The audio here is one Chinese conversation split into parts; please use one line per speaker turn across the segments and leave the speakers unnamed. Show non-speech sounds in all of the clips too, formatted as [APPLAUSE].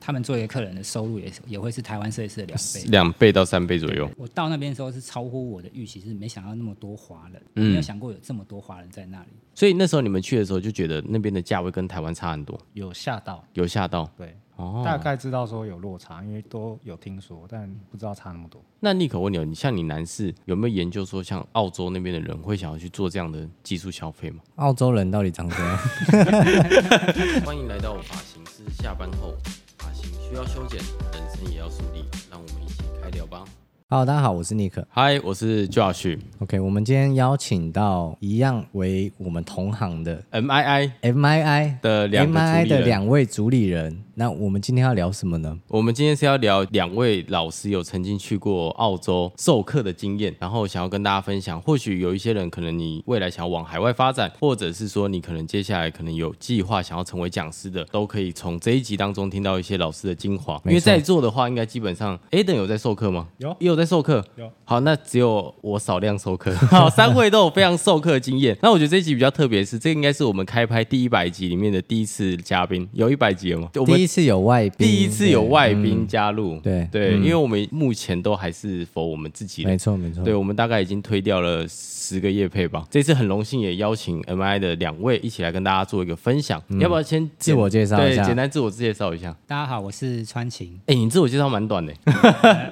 他们作为客人的收入也是也会是台湾设计师的两倍。
两倍到三倍左右。
我到那边的时候是超乎我的预期，是没想到那么多华人，
嗯
没有想过有这么多华人在那里。
所以那时候你们去的时候就觉得那边的价位跟台湾差很多，
有吓到，
有吓到
对，
哦。
大概知道说有落差，因为都有听说，但不知道差那么多。
那立可问你哦，你像你男士有没有研究说，像澳洲那边的人会想要去做这样的技术消费吗？
澳洲人到底长怎样？
[LAUGHS] 欢迎来到发型师下班后，发型需要修剪，人生也要梳理，让我们一起开聊吧。
好，大家好，我是尼克。
嗨，我是 Josh
OK，我们今天邀请到一样为我们同行的
M I I。
MII
的两个
MII
主理
的
人
两位主理人。那我们今天要聊什么呢？
嗯我们今天是要聊两位老师有曾经去过澳洲授课的经验，然后想要跟大家分享。或许有一些人可能你未来想要往海外发展，或者是说你可能接下来可能有计划想要成为讲师的，都可以从这一集当中听到一些老师的精华。因为在座的话，应该基本上 Aden 有在授课吗？
有
也有在授课。
有
好，那只有我少量授课。 [LAUGHS] 好，三位都有非常授课经验。那我觉得这一集比较特别是，这应该是我们开拍第一百集里面的第一次嘉宾，有一百集了吗？我们
第一次有外宾，
第一次有外
对，
宾加入，
嗯对嗯
对，因为我们目前都还是否我们自己
嗯没
人，
错没错。
对，我们大概已经推掉了十个业配吧。这次很荣幸也邀请 M I 的两位一起来跟大家做一个分享，要不要先
嗯自我介绍一下
对，简单自我介绍一下。
大家好，我是川晴，
哎，你自我介绍蛮短的， [LAUGHS]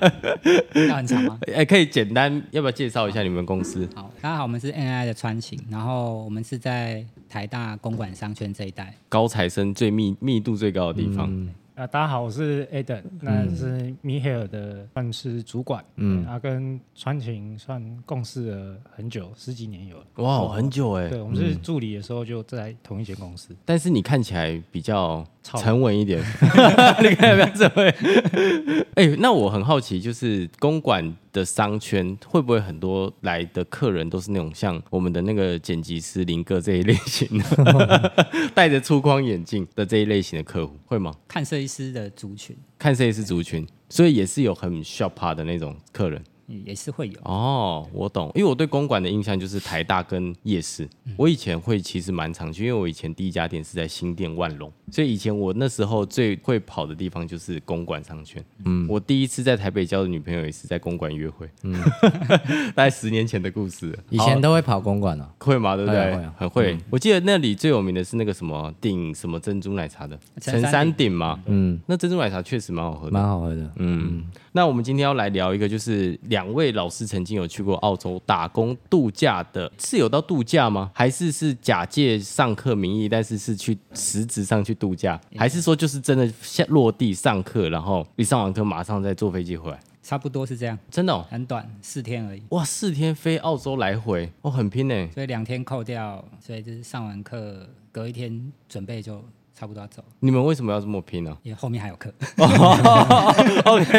要很长吗？
哎，可以简单，要不要介绍一下你们公司？
好，大家好，我们是 NI 的川晴，然后我们是在台大公馆商圈这一带。
高材生最密密度最高的地方，
嗯
啊、大家好，我是 Aden，那
嗯
是米黑尔的算是主管，嗯，啊，跟川晴算共事了很久，十几年有了。
哇，很久哎
对，。我们是助理的时候就在同一间公司，
但是你看起来比较
草
沉稳一点， [LAUGHS] 你看起来比较沉稳。哎、那我很好奇，就是公馆的商圈会不会很多来的客人都是那种像我们的那个剪辑师林哥这一类型的，戴着粗框眼镜的这一类型的客户会吗？
看设计师的族群
看谁是族群，所以也是有很 shop 的那种客人。
嗯也是会有，
哦，我懂，因为我对公馆的印象就是台大跟夜市。
嗯
我以前会其实蛮常去，因为我以前第一家店是在新店万隆，所以以前我那时候最会跑的地方就是公馆商圈。嗯，我第一次在台北交的女朋友也是在公馆约会， [LAUGHS] 嗯，大概十年前的故事了。
以
好
前都会跑公馆哦。
会吗？对不
会
对？
啊会啊
很会。我记得那里最有名的是那个什么顶什么珍珠奶茶的
陈三鼎
山顶嘛，
嗯，
那珍珠奶茶确实蛮好喝的
蛮。好喝的。
嗯，那我们今天要来聊一个，就是两位老师曾经有去过澳洲打工度假的，是有到度假吗？还是是假借上课名义，但是是去实质上去度假？还是说就是真的下落地上课，然后一上完课马上再坐飞机回来？
差不多是这样，
真的、哦？
很短，四天而已。
哇，四天飞澳洲来回，哦，很拼呢。
所以两天扣掉，所以就是上完课隔一天准备就差不多要走，
你们为什么要这么拼呢、
因为后面还有课。 [LAUGHS]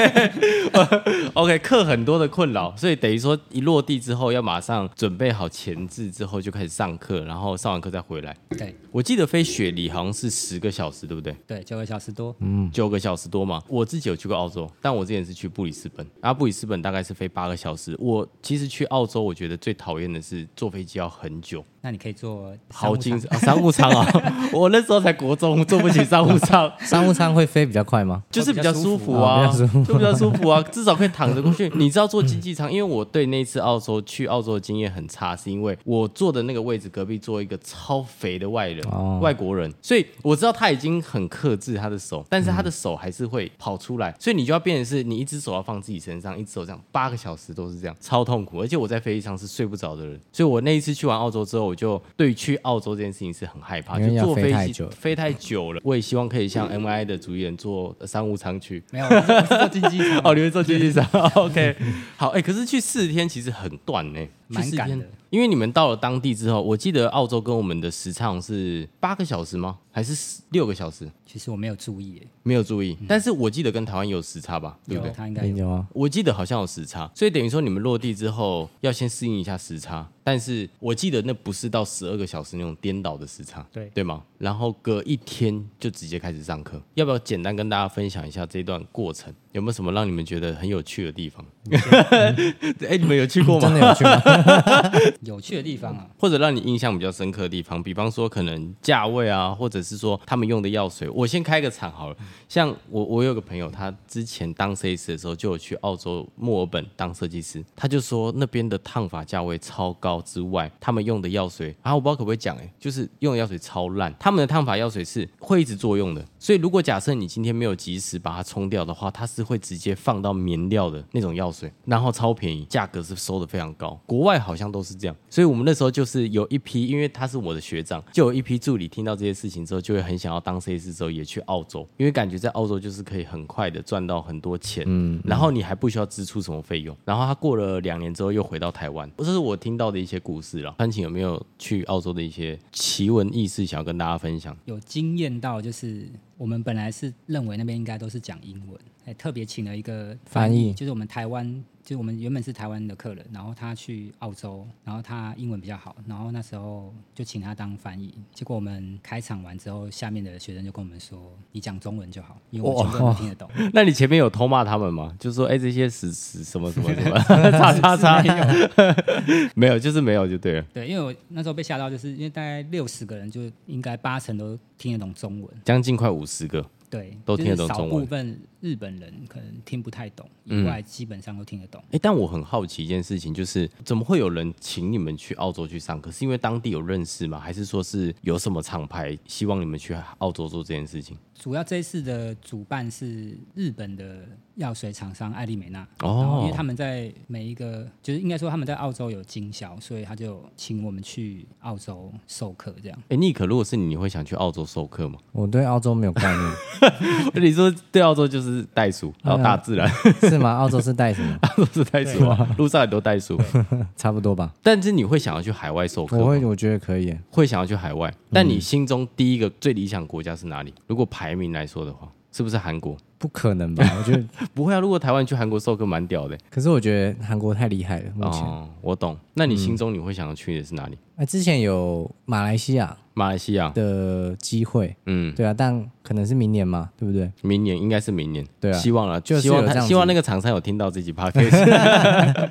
OK，课很多的困扰，所以等于说一落地之后要马上准备好前置，之后就开始上课，然后上完课再回来。
对
我记得飞雪梨好像是十个小时，对不对？
对，九个小时多，
九个小时多嘛。我自己有去过澳洲，但我之前是去布里斯本，然后布里斯本大概是飞八个小时。我其实去澳洲，我觉得最讨厌的是坐飞机要很久，
那你可以做商
好
务舱
精啊，商务舱啊， [LAUGHS] 我那时候才国中，坐不起商务舱。
商务舱会飞比较快吗？
就是比较舒服啊，
啊比较舒
就比较舒服
[LAUGHS]
啊，至少可以躺着过去。你知道坐经济舱，因为我对那次澳洲去澳洲的经验很差，是因为我坐的那个位置隔壁坐一个超肥的外人，
哦
外国人，所以我知道他已经很克制他的手，但是他的手还是会跑出来，所以你就要变成是你一只手要放自己身上，一只手这样，八个小时都是这样，超痛苦。而且我在飞机上是睡不着的人，所以我那一次去完澳洲之后，我就对于去澳洲这件事情是很害怕，
因为
就
要
坐
飞
飞
太
机
久了
飞太久了，我也希望可以像 M I 的主演做呃商务舱去。
没有，我是我是做经济舱
[LAUGHS] 。哦，你会做经济
[LAUGHS]
舱，OK，好，哎、可是去四天其实很短呢、去
蛮
四
赶
天
的
因为你们到了当地之后，我记得澳洲跟我们的时差好像是八个小时吗？还是10六个小时？
其实我没有注意耶，
没有注意，但是我记得跟台湾有时差吧，对不对
有？他应该有。
有啊，
我记得好像有时差，所以等于说你们落地之后要先适应一下时差，但是我记得那不是到十二个小时那种颠倒的时差，
对
对吗？然后隔一天就直接开始上课，要不要简单跟大家分享一下这段过程？有没有什么让你们觉得很有趣的地方？ [LAUGHS] 哎、你们有去过吗
真？的有去吗？
有趣的地方啊，
嗯或者让你印象比较深刻的地方，比方说可能价位啊，或者是说他们用的药水。我先开个场好了，像我我有个朋友，他之前当设计师的时候就有去澳洲墨尔本当设计师，他就说那边的烫发价位超高之外，他们用的药水，啊我不知道可不可以讲哎、就是用的药水超烂，他们的烫发药水是会一直作用的，所以如果假设你今天没有及时把它冲掉的话，它是会直接放到棉料的那种药水，然后超便宜，价格是收的非常高。国外好像都是这样，所以我们那时候就是有一批，因为他是我的学长，就有一批助理听到这些事情之后，就会很想要当设计师，之后也去澳洲，因为感觉在澳洲就是可以很快的赚到很多钱，嗯，然后你还不需要支出什么费用。然后他过了两年之后又回到台湾，这是我听到的一些故事了。川晴有没有去澳洲的一些奇闻异事想要跟大家分享？ [LAUGHS]
有惊艳到，就是我们本来是认为那边应该都是讲英文，哎，特别请了一个
翻译
就是我们台湾，就是我们原本是台湾的客人，然后他去澳洲，然后他英文比较好，然后那时候就请他当翻译。结果我们开场完之后，下面的学生就跟我们说：“你讲中文就好，因为我们全部都听得懂。
那你前面有偷骂他们吗？就说哎、这些死死什么什么什么， [LAUGHS] 叉叉 [LAUGHS] 叉，没有，就是没有就对了。
对，因为我那时候被吓到，就是因为大概六十个人，就应该八成都听得懂中文。
将近快五十个，
对，
都听得
就是
懂中
少
文嗯
部分日本人可能听不太懂，以外基本上都听得懂。
哎，但我很好奇一件事情，就是怎么会有人请你们去澳洲去上课？是因为当地有认识吗？还是说是有什么厂牌希望你们去澳洲做这件事情？
主要这一次的主办是日本的药水厂商艾丽美娜，
哦
然后因为他们在每一个，就是应该说他们在澳洲有经销，所以他就请我们去澳洲授课这样。
哎，尼可，如果是你，你会想去澳洲授课吗？ [LAUGHS]
我对澳洲没有概念，
你说对澳洲就是袋鼠，然后
啊
大自然、 [LAUGHS]
是吗？澳洲是带什么？
都是袋鼠啊，路上很多袋鼠。
差不多吧。
[LAUGHS] 但是你会想要去海外授课吗？
我会，嗯我觉得可以耶。
会想要去海外。但你心中第一个最理想国家是哪里？如果排名来说的话，是不是韩国？
不可能吧？我觉得，
不会啊，如果台湾去韩国授课，蛮屌的。
可是我觉得韩国太厉害了。目前，哎、嗯哎
哦，我懂。那你心中你会想要去的是哪里？
之前有马来西亚
马来西亚，
的机会，
嗯，
对啊，但可能是明年嘛，对不
[LAUGHS]
对？
明年应该是明年，
对啊
希望了，
就是
希望
有这
他
样子
希望那个厂商有听到这
[LAUGHS]
集 podcast，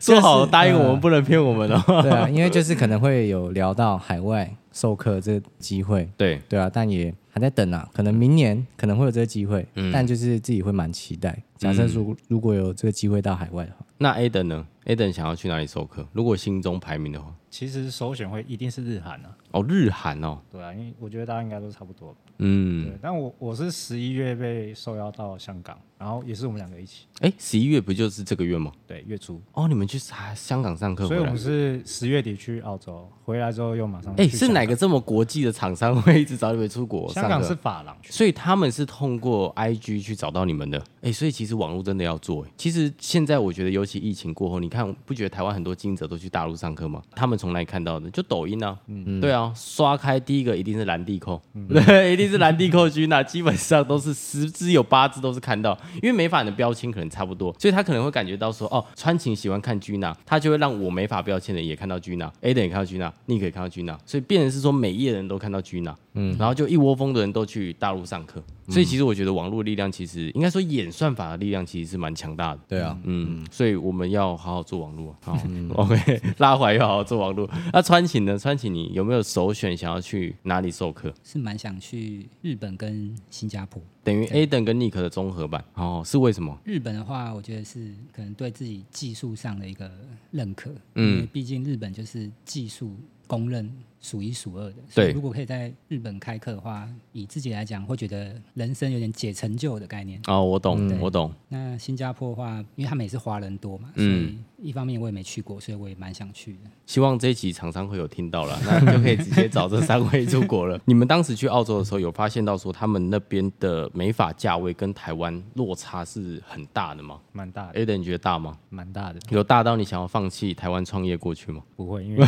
说好答应我们不能骗我们
嗯
哦。
对啊，因为就是可能会有聊到海外授课这个机会，
对，
对啊，但也还在等啊，可能明年可能会有这个机会，
嗯
但就是自己会蛮期待。假设如如果有这个机会到海外的话，
那 Aden 呢？Aden 想要去哪里授课？如果心中排名的话，
其实首选会一定是日韩啊，
哦，日韩哦，
对啊，因为我觉得大家应该都差不多。对，
嗯，
但我我是十一月被受邀到香港，然后也是我们两个一起，
哎，十一月不就是这个月吗？
对，月初，
哦，你们去啥香港上课
所
回
以我
来
们？是十月底去澳洲，回来之后又马上
哎，
去
是
香
哪
港
个这么国际的厂商会一直找你们出国上
香
课？
港是法郎，
所以他们是通过 IG 去找到你们的，哎、所以其实网络真的要做、诶其实现在我觉得，尤其疫情过后，你看，不觉得台湾很多经营者都去大陆上课吗？他们从哪里看到的？就抖音啊，对啊，刷开第一个一定是蓝地扣， [LAUGHS] 对，一定是蓝地扣君啊，基本上都是十只有八只都是看到，因为美发人的标签可能差不多，所以他可能会感觉到说，哦，川晴喜欢看君娜，他就会让我美发标签的也看到君娜，A 的也看到君娜，你可以看到君娜，所以变成是说每一页人都看到君娜，嗯，然后就一窝蜂的人都去大陆上课，所以其实我觉得网络力量其实应该说演算法的力量其实是蛮强大的。
对啊，
嗯，所以我们要好好做网 [LAUGHS] 络啊。好、o k 拉回来要好好做网络。那川崎呢？川崎，你有没有首选想要去哪里授课？
是蛮想去日本跟新加坡。
等于 A 等跟 Nick 的综合版哦，是为什么？
日本的话，我觉得是可能对自己技术上的一个认可，
嗯
因为毕竟日本就是技术公认数一数二的，所
对
以如果可以在日本开课的话，以自己来讲，会觉得人生有点解成就的概念。
哦，我懂，
嗯
我懂。
那新加坡的话，因为他们也是华人多嘛，所以
嗯
一方面我也没去过，所以我也蛮想去的。
希望这一集厂商会有听到了， [LAUGHS] 那你就可以直接找这三位出国 [LAUGHS] 了。你们当时去澳洲的时候，有发现到说他们那边的美发价位跟台湾落差是很大的吗
蛮大的，
？A 等你觉得大吗？
蛮大的，
有大到你想要放弃台湾创业过去吗？
不会因为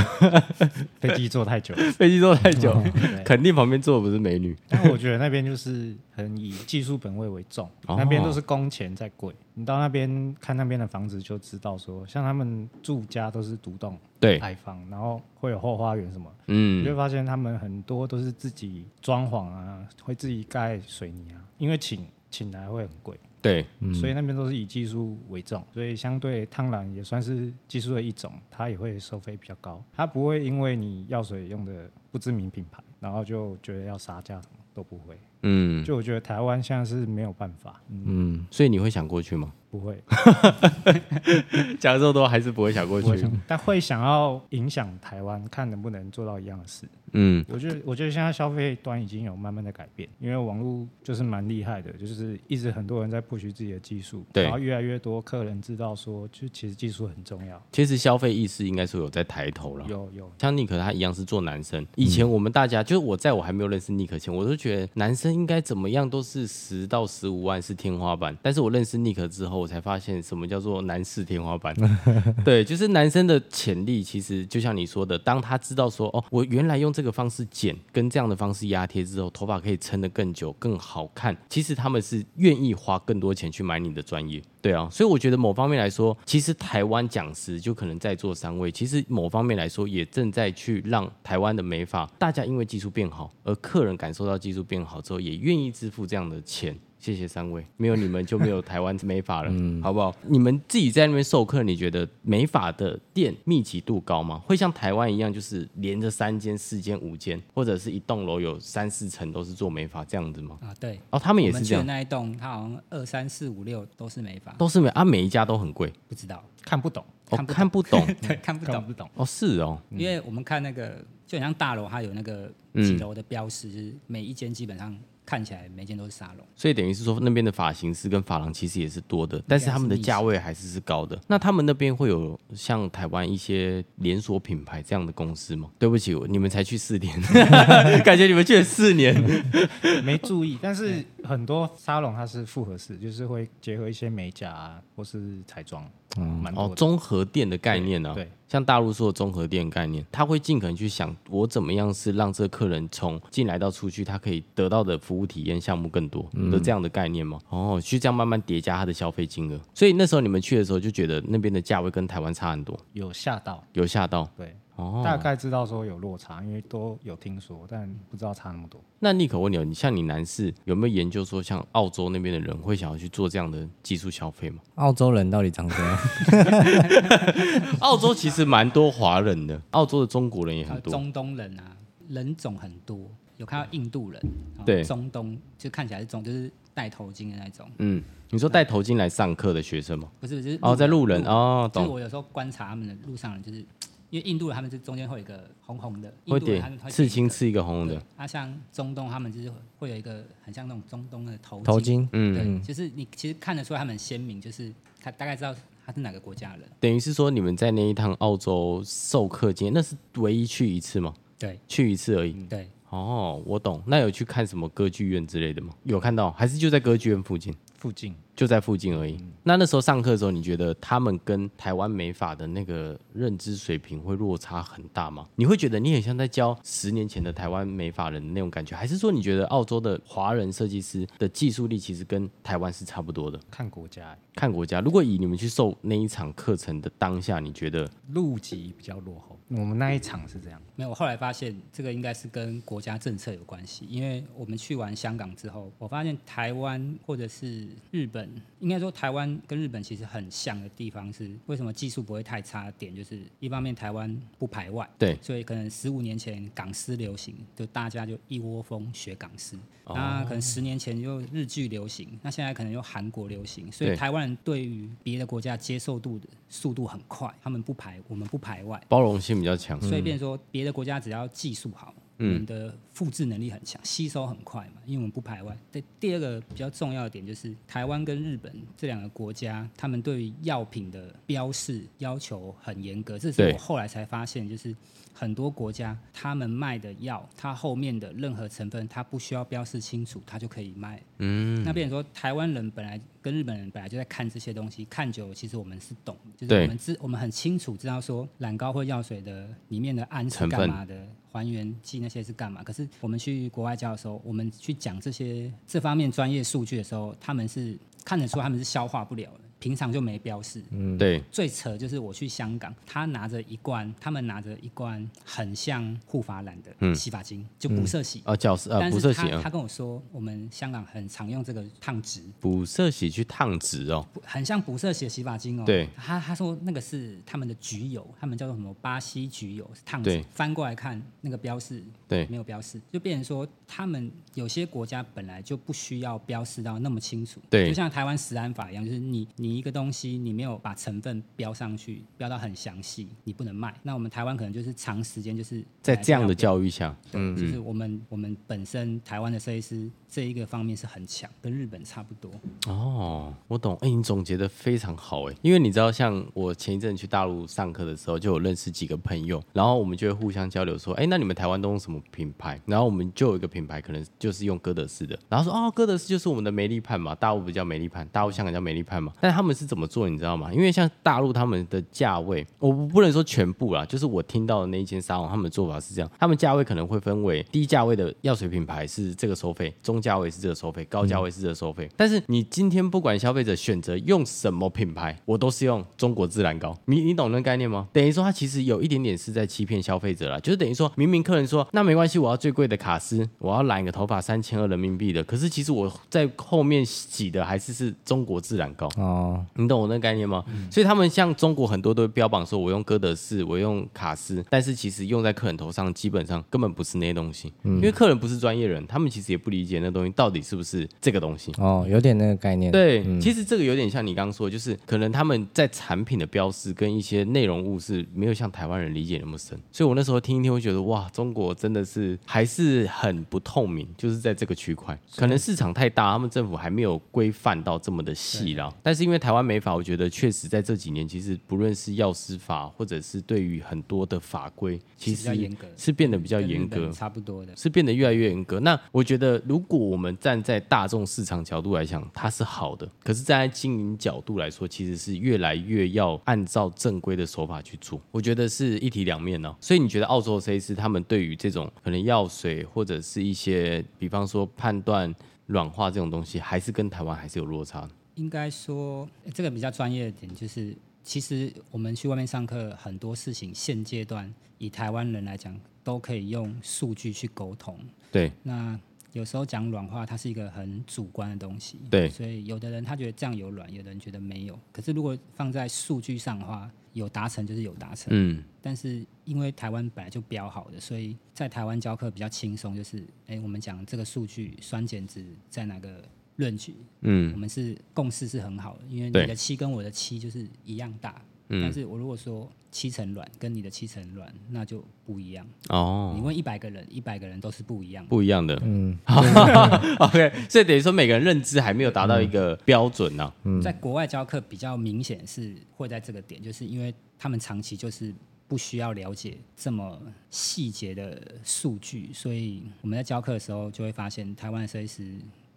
飞机坐太久
[LAUGHS]
了。
飞机坐太 [LAUGHS] 久，
对
肯定旁边坐的不是美女。
但我觉得那边就是很以技术本位为重，
哦
那边都是工钱在贵。你到那边看那边的房子就知道说像他们住家都是独栋
对，
矮房，然后会有后花园什么，你
嗯
就会发现他们很多都是自己装潢啊，会自己盖水泥啊，因为请请来会很贵，
对，
所以那边都是以技术为重，所以相对烫染也算是技术的一种，它也会收费比较高，它不会因为你药水用的不知名品牌然后就觉得要杀价什么都不会。
嗯，
就我觉得台湾现在是没有办法，
嗯，所以你会想过去吗？[LAUGHS]
不会，
讲了这么多，还是不会想过
不会
去
想。，但会想要影响台湾，看能不能做到一样的事。
嗯
我觉得，我觉得现在消费端已经有慢慢的改变，因为网络就是蛮厉害的，就是一直很多人在 push 自己的技术，
对
然后越来越多客人知道说，就其实技术很重要。
其实消费意识应该说有嗯在抬头了。
有有，
像尼克他一样是做男生，以前我们大家、就是我在我还没有认识尼克前，我都觉得男生应该怎么样都是十到十五万是天花板。但是我认识尼克之后，我才发现什么叫做男士天花板。对，就是男生的潜力，其实就像你说的，当他知道说哦，我原来用这个方式剪跟这样的方式压贴之后，头发可以撑得更久、更好看。其实他们是愿意花更多钱去买你的专业，对啊。所以我觉得某方面来说，其实台湾讲师就可能在座三位，其实某方面来说也正在去让台湾的美发大家因为技术变好，而客人感受到技术变好之后，也愿意支付这样的钱。谢谢三位，没有你们就没有台湾美发了，好不好？你们自己在那边授课，你觉得美发的店密集度高吗？会像台湾一样，就是连着三间、四间、五间，或者是一栋楼有三四层都是做美发这样子吗？
啊，对，
哦，他们
我
也
们
是
去
这
的
样，
那一栋，它好像二三四五六都是美发，
都是美啊，每一家都很贵，
不知道， [LAUGHS]
看不懂，
哦，
看不懂
看不懂，
[LAUGHS] 对，看不
看
懂，
不懂。
哦，是哦，
因为我们看那个就很像大楼，它有那个
嗯
几楼的标识，就是每一间基本上看起来每间都是沙龙。
所以等于是说那边的发型师跟发廊其实也是多的，但是他们的价位还是是高的。那他们那边会有像台湾一些连锁品牌这样的公司吗？对不起，我你们才去四年， [LAUGHS] 感觉你们去了四
[LAUGHS]
年。
没
[LAUGHS]
注意，但是很多沙龙它是复合式，就是会结合一些美甲、啊、或是彩妆，蛮多
哦，
的。
综合店的概念呢、啊
对，
像大陆说的综合店概念，他会尽可能去想我怎么样是让这个客人从进来到出去，他可以得到的服务体验项目更多
嗯
的这样的概念吗？哦，去这样慢慢叠加他的消费金额。所以那时候你们去的时候就觉得那边的价位跟台湾差很多，
有吓到，
有吓到。
对，
哦，
大概知道说有落差，因为都有听说，但不知道差那么多。
那尼可问你哦，你像你男士有没有研究说，像澳洲那边的人会想要去做这样的技术
[LAUGHS]
消费吗？
澳洲人到底长
[LAUGHS]
怎样？
澳洲其实蛮多华人的，澳洲的中国人也
还有
很多。
中东人啊，人种很多，有看到印度人，然后
对
中东就看起来是中，就是戴头巾的那种，
嗯，你说戴头巾来上课的学生吗？
不是，就是
哦，在路人，哦，
就是
懂，
我有时候观察他们的路上人，就是因为印度人他们是中间会有一个红红的，
会
印度人他
点
们会
刺青
点
刺一个红
一
红
个
的
对，，啊，像中东他们就是会有一个很像那种中东的头
头巾，
对，
嗯，
就是你其实看得出来他们很鲜明，就是他大概知道他是哪个国家人，
等于是说你们在那一趟澳洲授课经验，那是唯一去一次吗？
对
去一次而已。
对，
哦，我懂。那有去看什么歌剧院之类的吗？有看到，还是就在歌剧院附近？
附近
就在附近而
嗯
已。那那时候上课的时候，你觉得他们跟台湾美法的那个认知水平会落差很大吗？你会觉得你很像在教十年前的台湾美法人的那种感觉，还是说你觉得澳洲的华人设计师的技术力其实跟台湾是差不多的？
看国家、
看国家，如果以你们去受那一场课程的当下，你觉得
路籍比较落后。我们那一场是这样，
没有，我后来发现这个应该是跟国家政策有关系，因为我们去完香港之后，我发现台湾或者是日本，应该说台湾跟日本其实很像的地方是，为什么技术不会太差的点，就是一方面台湾不排外，
对
所以可能十五年前港师流行，就大家就一窝蜂学港师，
哦
那可能十年前又日剧流行，那现在可能又韩国流行，所以
对
台湾人对于别的国家接受度的速度很快，他们不排，我们不排外。
包容性比较强？
所以变成说别的国家只要技术好，我们的复制能力很强，吸收很快嘛，因为我们不排外。对，第二个比较重要的点就是台湾跟日本这两个国家，他们对于药品的标示要求很严格，这是
对
我后来才发现，就是很多国家他们卖的药，它后面的任何成分它不需要标示清楚，它就可以卖。嗯，那变成说台湾人本来跟日本人本来就在看这些东西，看久了其实我们是懂的，就是
对
我们知我们很清楚知道说染膏或药水的里面的氨是
成分
干嘛啊的，还原剂那些是干嘛。可是我们去国外教的时候，我们去讲这些这方面专业数据的时候，他们是看得出他们是消化不了的。平常就没标示。
嗯，
对，
最扯就是我去香港，他拿着一罐，他们拿着一罐很像护发兰
嗯
的洗发精，就不设洗。
呃，角色呃
但
补
是
色洗
他、
啊
他，跟我说，我们香港很常用这个烫直，
补色洗去烫直哦，
不很像补色洗的洗发精哦。
对
他他说那个是他们的焗油，他们叫做什么巴西焗油是烫直
对。
翻过来看那个标示，
对
没有标示，就变成说他们有些国家本来就不需要标示到那么清楚。
对
就像台湾食安法一样，就是你你一个东西你没有把成分标上去，标到很详细，你不能卖。那我们台湾可能就是长时间就是本
在
来就
这样
要
的
标
教育下，
对，
嗯
就是我们我们本身台湾的设计师这一个方面是很强，跟日本差不多。
哦，我懂。哎、你总结的非常好哎，因为你知道，像我前一阵去大陆上课的时候，就有认识几个朋友，然后我们就会互相交流说，哎、那你们台湾都用什么品牌？然后我们就有一个品牌，可能就是用哥德式的，然后说哦，哥德式就是我们的梅丽盼嘛，大陆不叫梅丽盼，大陆香港叫梅丽盼嘛。但他们是怎么做，你知道吗？因为像大陆他们的价位，我不不能说全部啦，就是我听到的那一间沙龙，他们的做法是这样，他们价位可能会分为低价位的药水品牌是这个收费，中价位是这个收费，高价位是这个收费。但是你今天不管消费者选择用什么品牌，我都是用中国自然膏。你你懂那个概念吗？等于说它其实有一点点是在欺骗消费者啦，就是等于说明明客人说那没关系，我要最贵的卡诗，我要染一个头发三千二人民币的，可是其实我在后面洗的还是是中国自然膏。
哦，
你懂我那个概念吗？所以他们像中国很多都会标榜说，我用哥德式，我用卡诗，但是其实用在客人头上，基本上根本不是那些东西，因为客人不是专业人，他们其实也不理解那东西到底是不是这个东西。
哦，有点那个概念。
对，其实这个有点像你刚刚说的，就是可能他们在产品的标识跟一些内容物是没有像台湾人理解那么深，所以我那时候听一听，会觉得哇，中国真的是还是很不透明，就是在这个区块，可能市场太大，他们政府还没有规范到这么的细啦。但是因为台湾没法，我觉得确实在这几年，其实不论是药师法，或者是对于很多的法规，其
是比较
实
严格
是变得比较
跟日
严格
本，差不多的。
是变得越来越严格。那我觉得，如果我们站在大众市场角度来讲，它是好的；可是站在经营角度来说，其实是越来越要按照正规的手法去做。我觉得是一体两面呢、所以你觉得澳洲的设计师他们对于这种可能药水或者是一些，比方说判断软化这种东西，还是跟台湾还是有落差的？
应该说，呃这个比较专业的点就是，其实我们去外面上课，很多事情现阶段以台湾人来讲，都可以用数据去沟通。
对
那有时候讲软化，它是一个很主观的东西，
对
所以有的人他觉得这样有软，有的人觉得没有。可是如果放在数据上的话，有达成就是有达成，
嗯，
但是因为台湾本来就标好的，所以在台湾教课比较轻松，就是哎、诶我们讲这个数据酸碱值在哪个论据，
嗯，
我们是共识是很好的，因为你
对
的七跟我的七就是一样大，
嗯
但是我如果说七成软跟你的七成软，那就不一样。
哦
你。问一百个人，一百个人都是不一样的。
不一样的， [LAUGHS]
嗯，
OK，所以等于说每个人认知还没有达到一个标准呢、啊
在国外教课比较明显是会在这个点，就是因为他们长期就是不需要了解这么细节的数据，所以我们在教课的时候就会发现，台湾的设计师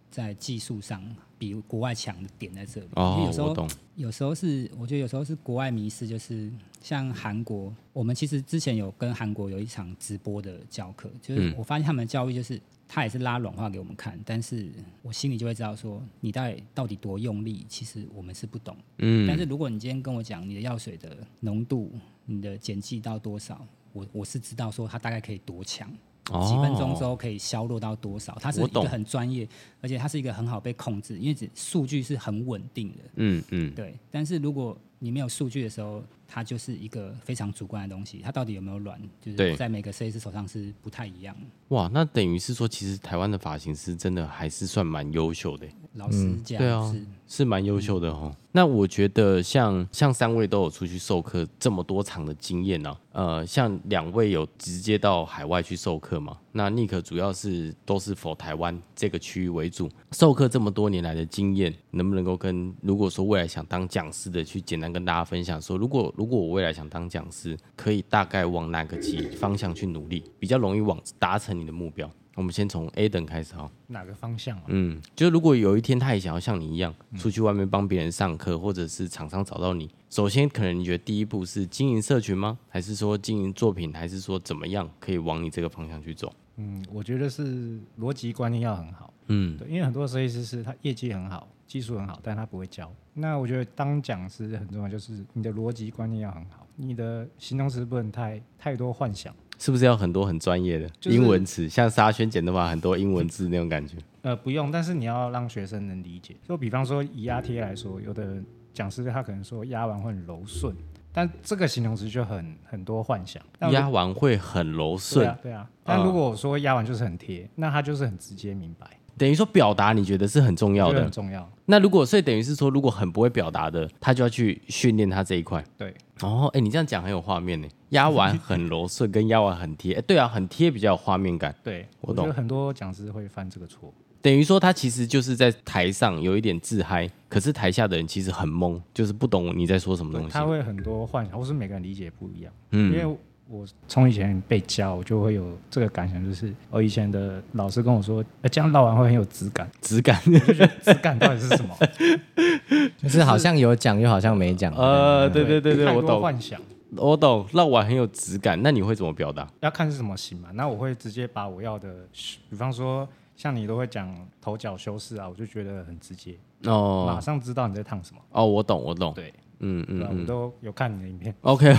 在技术上比国外强的点在这里。因为
哦
有，时
我
候
懂，
有时候是，我觉得有时候是国外迷失，就是像韩国，我们其实之前有跟韩国有一场直播的教课，就是
嗯
我发现他们的教育就是他也是拉软化给我们看，但是我心里就会知道说你到底到底多用力，其实我们是不懂。
嗯，
但是如果你今天跟我讲你的药水的浓度，你的碱剂到多少，我我是知道说它大概可以多强。几分钟之
哦
后可以消弱到多少？它是
我
一
懂
个很专业，而且它是一个很好被控制，因为只数据是很稳定的。
嗯嗯，
对，但是如果你没有数据的时候，它就是一个非常主观的东西，它到底有没有软，就
对
是在每个设计师手上是不太一样的。
哇，那等于是说，其实台湾的发型师真的还是算蛮优秀的耶，
老师讲
对啊
是，
是蛮优秀的哦。那我觉得像像三位都有出去授课这么多场的经验呢、呃，像两位有直接到海外去授课嘛？那 Nick 主要是都是否台湾这个区域为主，授课这么多年来的经验，能不能够跟如果说未来想当讲师的，去简单跟大家分享说，如果如果我未来想当讲师，可以大概往哪个几方向去努力，比较容易往达成你的目标？我们先从 A 等开始哈。
哪个方向啊？
嗯，就是如果有一天他也想要像你一样出去外面帮别人上课，或者是厂商找到你，首先可能你觉得第一步是经营社群吗？还是说经营作品？还是说怎么样可以往你这个方向去走？
嗯，我觉得是逻辑观念要很好。
嗯
对，因为很多设计师是他业绩很好，技术很好，但他不会教。那我觉得当讲师很重要，就是你的逻辑观念要很好，你的形容词不能太太多幻想。
是不是要很多很专业的、
就是
英文词，像沙宣剪头发很多英文字那种感觉？
呃，不用，但是你要让学生能理解。就比方说以压贴来说，有的讲师他可能说压完会很柔顺，但这个形容词就很很多幻想。但如
压完会很柔
对
顺，
啊，对啊。但如果我说压完就是很贴，那他就是很直接明白，
等于说表达你觉得是很重要
这个
的
很。重要。
那如果所以等于是说，如果很不会表达的，他就要去训练他这一块。
对，
哦，哎，你这样讲很有画面呢。压完很柔顺，跟压完很贴，哎，对啊，很贴比较有画面感。
对，
我
我觉得
懂
很多讲师会犯这个错。
等于说他其实就是在台上有一点自嗨，可是台下的人其实很懵，就是不懂你在说什么
对
东西
他。会很多幻想，或是每个人理解不一样。因
嗯，
为我从以前被教，我就会有这个感想，就是我以前的老师跟我说，呃，这样绕完会很有
[LAUGHS]
质感，
质感。
质感到底是什么？
就是好像有讲又好像没讲。
呃， [LAUGHS] 对对对对，
太
我
多
懂，
幻想
我懂。绕完很有质感，那你会怎么表达？
要看是什么型嘛。那我会直接把我要的，比方说像你都会讲头脚修饰啊，我就觉得很直接，马
哦
上知道你在烫什么。
哦，我懂，我懂。
对，
嗯
对
嗯
吧？我
嗯。
都有看你的影片。
OK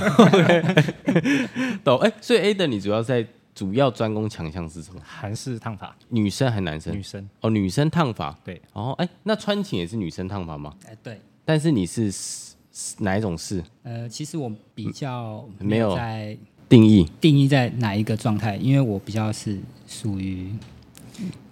OK，懂。哎、所以 Aden 你主要在主要专攻强项是什么？
韩式烫法，
女生还男
女
生？
生
哦，女生烫发。
对。
哦，哎、那穿情也是女生烫发吗？
哎，对，
但是你是是是哪一种是
呃，其实我比较
嗯
没
没有
有在
定义？
定义在哪一个状态，因为我比较是属于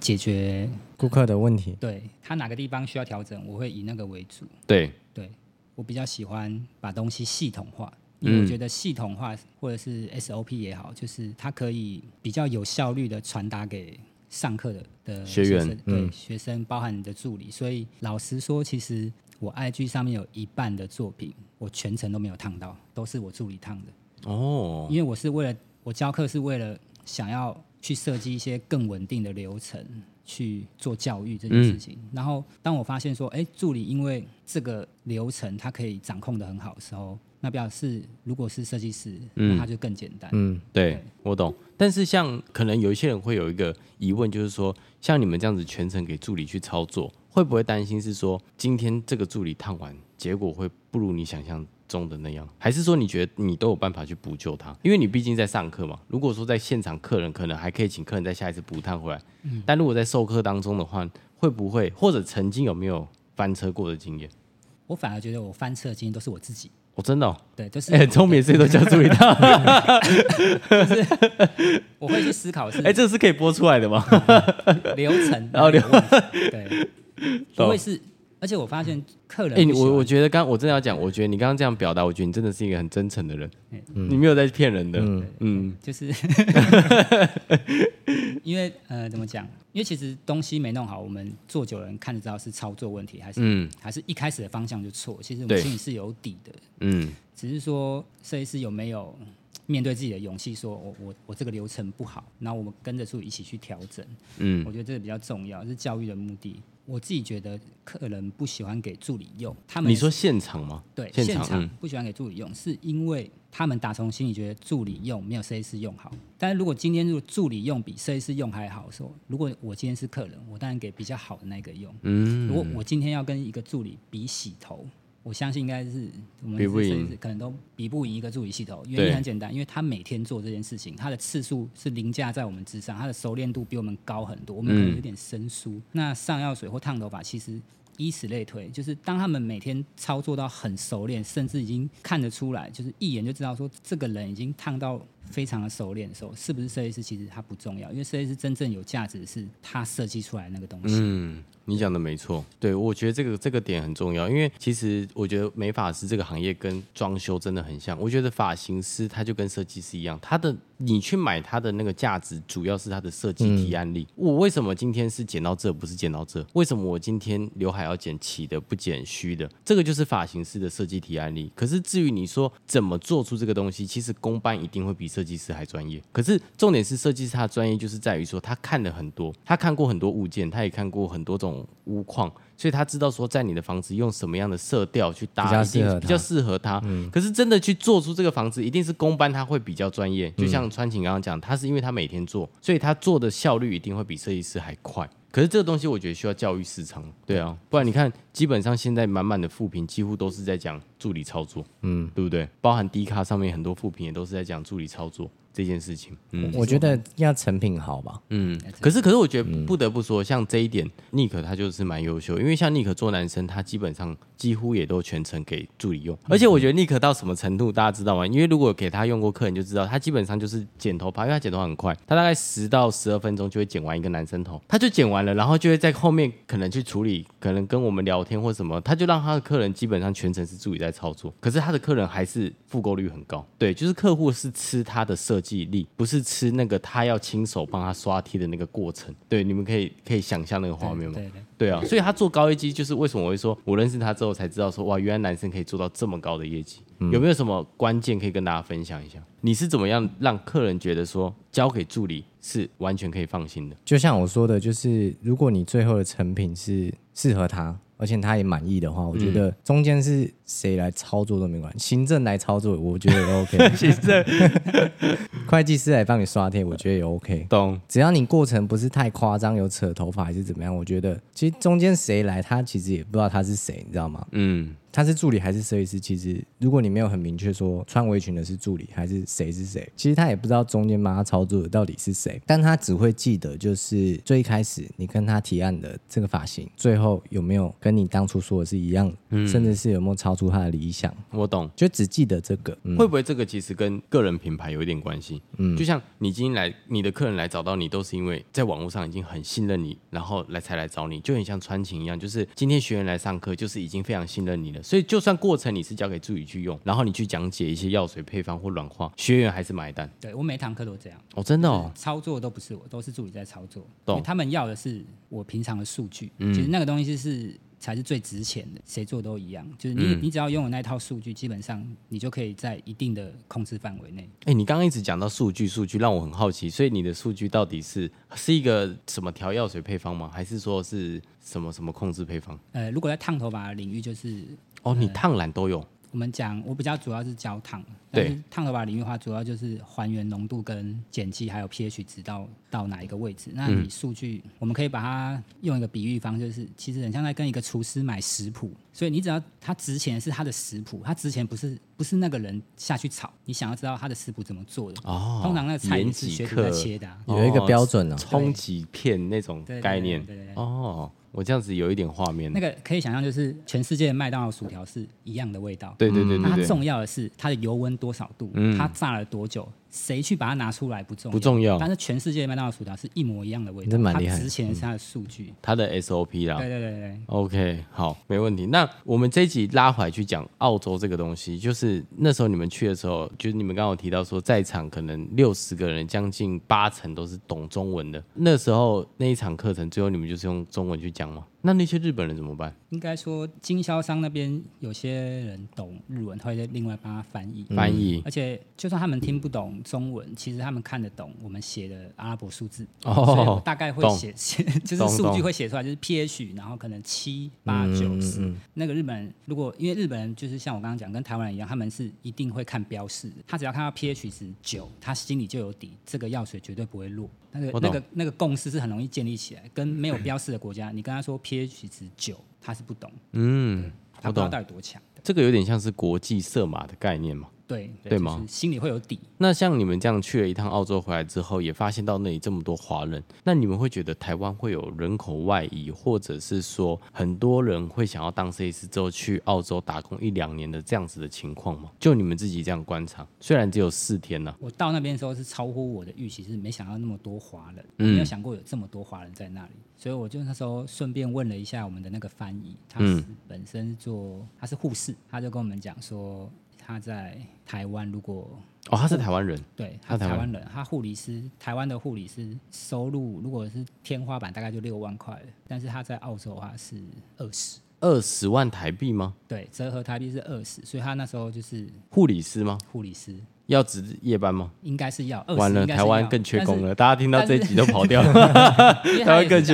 解决
顾客的问题，
对他哪个地方需要调整，我会以那个为主。
对，
对我比较喜欢把东西系统化，因为
嗯
我觉得系统化或者是 SOP 也好，就是它可以比较有效率的传达给上课的的
学员嗯
生对、学生，包含你的助理。所以老实说，其实我 IG 上面有一半的作品，我全程都没有烫到，都是我助理烫的，
哦，
因为我是为了我教课是为了想要去设计一些更稳定的流程。去做教育这件事情。
嗯
然后当我发现说，哎，助理因为这个流程他可以掌控的很好的时候，那表示如果是设计师，
嗯
那他就更简单。
嗯，
对
对，
我懂。但是像可能有一些人会有一个疑问，就是说，像你们这样子全程给助理去操作，会不会担心是说，今天这个助理烫完，结果会不如你想象中的那样？还是说你觉得你都有办法去补救他？因为你毕竟在上课嘛。如果说在现场，客人可能还可以请客人在下一次补烫回来，但如果在授课当中的话，会不会或者曾经有没有翻车过的经验？
我反而觉得我翻车的经验都是我自己，
我、真的、哦，
对，就是、啊
[LAUGHS] 哎、很聪明，所以都叫助理烫。
我会去思考是
[LAUGHS] 哎、这个是可以播出来的吗？
流程
然后流
有问题对，
[LAUGHS] 懂
不会是。而且我发现客人
[LAUGHS] 哎、你
不喜欢
我我觉得刚我真的要讲，我觉得你刚刚这样表达，我觉得你真的是一个很真诚的 [LAUGHS] 人，你没有在骗人的。嗯
就是 [LAUGHS] 因为呃，怎么讲？因为其实东西没弄好，我们做久了人看得知道是操作问题，还是、
嗯
还是一开始的方向就错。其实我
对
们心里是有底的，
嗯，
只是说设计师有没有面对自己的勇气，说我我我这个流程不好，然后我们跟着助理一起去调整。
嗯
我觉得这个比较重要，是教育的目的。我自己觉得客人不喜欢给助理用，他们
你说现场吗？
对，
现
现
场嗯
不喜欢给助理用，是因为他们打从心里觉得助理用没有设计师用好。但是如果今天如果助理用比设计师用还好的时候，如果我今天是客人，我当然给比较好的那个用。
嗯
如果我今天要跟一个助理比洗头，我相信应该是我们
比不
是设
赢
计师可能都比不赢一个助理洗头。原
对
因很简单，因为他每天做这件事情，他的次数是凌驾在我们之上，他的熟练度比我们高很多，我们可
嗯
能有点生疏。那上药水或烫头发，其实。以此类推，就是当他们每天操作到很熟练，甚至已经看得出来，就是一眼就知道说这个人已经烫到非常的熟练的时候，是不是设计师其实他不重要，因为设计师真正有价值的是他设计出来的那个东西。
嗯，你讲的没错，对我觉得这个这个点很重要，因为其实我觉得美发师这个行业跟装修真的很像。我觉得发型师他就跟设计师一样，他的你去买他的那个价值，主要是他的设计提案力。我为什么今天是剪到这，不是剪到这？为什么我今天刘海要剪齐的，不剪虚的？这个就是发型师的设计提案力。可是至于你说怎么做出这个东西，其实公办一定会比设计。设计师还专业。可是重点是设计师他的专业就是在于说他看了很多，他看过很多物件，他也看过很多种屋况，所以他知道说在你的房子用什么样的色调去搭，
比较
一定
适合他嗯
比较适合他。可是真的去做出这个房子，一定是工班他会比较专业。就
嗯
像川晴刚刚讲，他是因为他每天做，所以他做的效率一定会比设计师还快。可是这个东西，我觉得需要教育市场，对啊，不然你看，基本上现在满满的副评几乎都是在讲助理操作，嗯，对不对？包含 D 卡上面很多副评也都是在讲助理操作这件事情，嗯
我觉得要成品好吧，
嗯。可是可是，我觉得不得不说，像这一点，尼克他就是蛮优秀，因为像尼克做男生，他基本上几乎也都全程给助理用，而且我觉得尼克到什么程度，大家知道吗？因为如果给他用过客人就知道，他基本上就是剪头发，因为他剪头发很快，他大概十到十二分钟就会剪完一个男生头，他就剪完了，然后就会在后面可能去处理，可能跟我们聊天或什么，他就让他的客人基本上全程是助理在操作，可是他的客人还是复购率很高，对，就是客户是吃他的设计力，不是吃那个他要亲手帮他刷贴的那个过程，对，你们可以可以想象那个画面吗？
对对对
对啊，所以他做高业绩，就是为什么我会说，我认识他之后才知道说，哇，原来男生可以做到这么高的业绩。
嗯
有没有什么关键可以跟大家分享一下？你是怎么样让客人觉得说交给助理是完全可以放心的？
就像我说的，就是如果你最后的成品是适合他，而且他也满意的话，我觉得中间是谁来操作都没关系，行政来操作我觉得也 OK，行政会计师来帮你刷贴，我觉得也 OK。
懂？
只要你过程不是太夸张，有扯头发还是怎么样，我觉得其实中间谁来，他其实也不知道他是谁，你知道吗？
嗯，
他是助理还是设计师？其实如果你没有很明确说穿围裙的是助理还是谁是谁，其实他也不知道中间帮他操作的到底是谁，但他只会记得就是最一开始你跟他提案的这个发型，最后有没有跟你当初说的是一样，
嗯
甚至是有没有超出他的理想，
我懂。
就只记得这个。嗯，
会不会这个其实跟个人品牌有一点关系？嗯，就像你今天来，你的客人来找到你，都是因为在网络上已经很信任你，然后来才来找你，就很像穿情一样，就是今天学员来上课，就是已经非常信任你了。所以就算过程你是交给助理去用，然后你去讲解一些药水配方或软化，学员还是买单。
对我每一堂课都这样，
哦，真的哦，
操作都不是我，都是助理在操作。
懂
因为他们要的是我平常的数据，其实那个东西是才是最值钱的，谁做都一样。就是你、你只要拥有那一套数据，基本上你就可以在一定的控制范围内。
哎，你刚刚一直讲到数据，数据让我很好奇，所以你的数据到底是是一个什么调药水配方吗？还是说是什么什么控制配方？
呃，如果在烫头发的领域，就是
哦，你烫染都有，
我们讲，我比较主要是教烫，但
对
是烫头发领域的话，主要就是还原浓度跟碱基还有 pH 值到到哪一个位置。
嗯
那你数据，我们可以把它用一个比喻方，就是其实很像在跟一个厨师买食谱，所以你只要它值钱的是他的食谱，他值钱不是不是那个人下去炒，你想要知道他的食谱怎么做的。
哦
通常那个菜
盐
也是
几
学徒在
克
切的、啊。
有一个标准啊
哦冲几片那种
对对
概念
对对对
哦。我这样子有一点画面，
那个可以想象，就是全世界的麦当劳薯条是一样的味道，
对对对
那它
对对，
重要的是它的油温多少度，它炸了多久，谁去把它拿出来不重要，
不重要
但是全世界麦当劳薯条是一模一样的味道，
真蛮厉害
它值钱的是它的数据。
它的 SOP 啦
对。对对对对，
OK，好，没问题。那我们这一集拉回来去讲澳洲这个东西，就是那时候你们去的时候，就是你们刚刚有提到说，在场可能六十个人，将近八成都是懂中文的。那时候那一场课程，最后你们就是用中文去讲吗？那那些日本人怎么办？
应该说经销商那边有些人懂日文，他会另外帮他翻译。
翻译
而且，就算他们听不懂中文，其实他们看得懂我们写的阿拉伯数字，
哦
所以我大概会
懂
写写， [LAUGHS] 就是
懂嗯
数
懂
据会写出来，就是 pH，然后可能七八九十。那个日本人如果因为日本人就是像我刚刚讲，跟台湾人一样，他们是一定会看标示的，他只要看到 pH 值九，他心里就有底，这个药水绝对不会落。那个
我
那
懂
个那个共识是很容易建立起来，跟没有标示的国家，你跟他说 pH 值九，他是不懂，
嗯，
他
我
不知道
懂
到。底多强的。
这个有点像是国际色码的概念嘛。
对
对吗
就是心里会有底。
那像你们这样去了一趟澳洲回来之后，也发现到那里这么多华人，那你们会觉得台湾会有人口外移，或者是说很多人会想要当设计师之后去澳洲打工一两年的这样子的情况吗？就你们自己这样观察，虽然只有四天呢、
我到那边的时候是超乎我的预期，是没想到那么多华人，
嗯
没有想过有这么多华人在那里，所以我就那时候顺便问了一下我们的那个翻译，他
嗯
是本身做他是护士，他就跟我们讲说他在台湾如果
哦，他是台湾人，
对他
他
是
台
台
湾
湾人，他护理师，台湾的护理师收入如果是天花板大概就六万块了，但是他在澳洲的话是二十，
二十万台币吗？
对，折合台币是二十，所以他那时候就是
护理师吗？
护理师，
要值夜班吗？
应该是要二十。
完了，
应该是
台湾
要
更缺工，了，
但
大家听到这一集都跑掉了。
是因为他也是讲
台湾更缺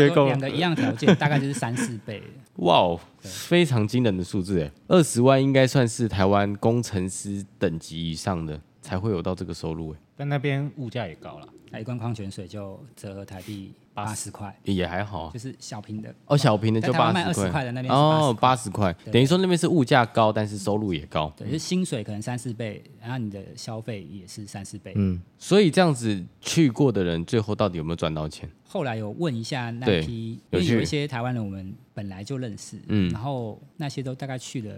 说
工
两个一样条件，大概就是三四倍。
哇哦，非常惊人的数字哎，二十万应该算是台湾工程师等级以上的才会有到这个收入哎，
但那边物价也高了，
那一罐矿泉水就折合台币八十块，
也还好啊。
就是小瓶的。
哦，小瓶的
在
就
台湾
八
卖
十
20块的那边是
哦
80，
八十块，等于说那边是物价高，但是收入也高，
对，就是薪水可能三四倍，然后你的消费也是三四倍。
所以这样子去过的人最后到底有没有赚到钱？
后来有问一下那
对
批，因
有
为
趣
有一些台湾人我们本来就认识，
嗯
然后那些都大概去了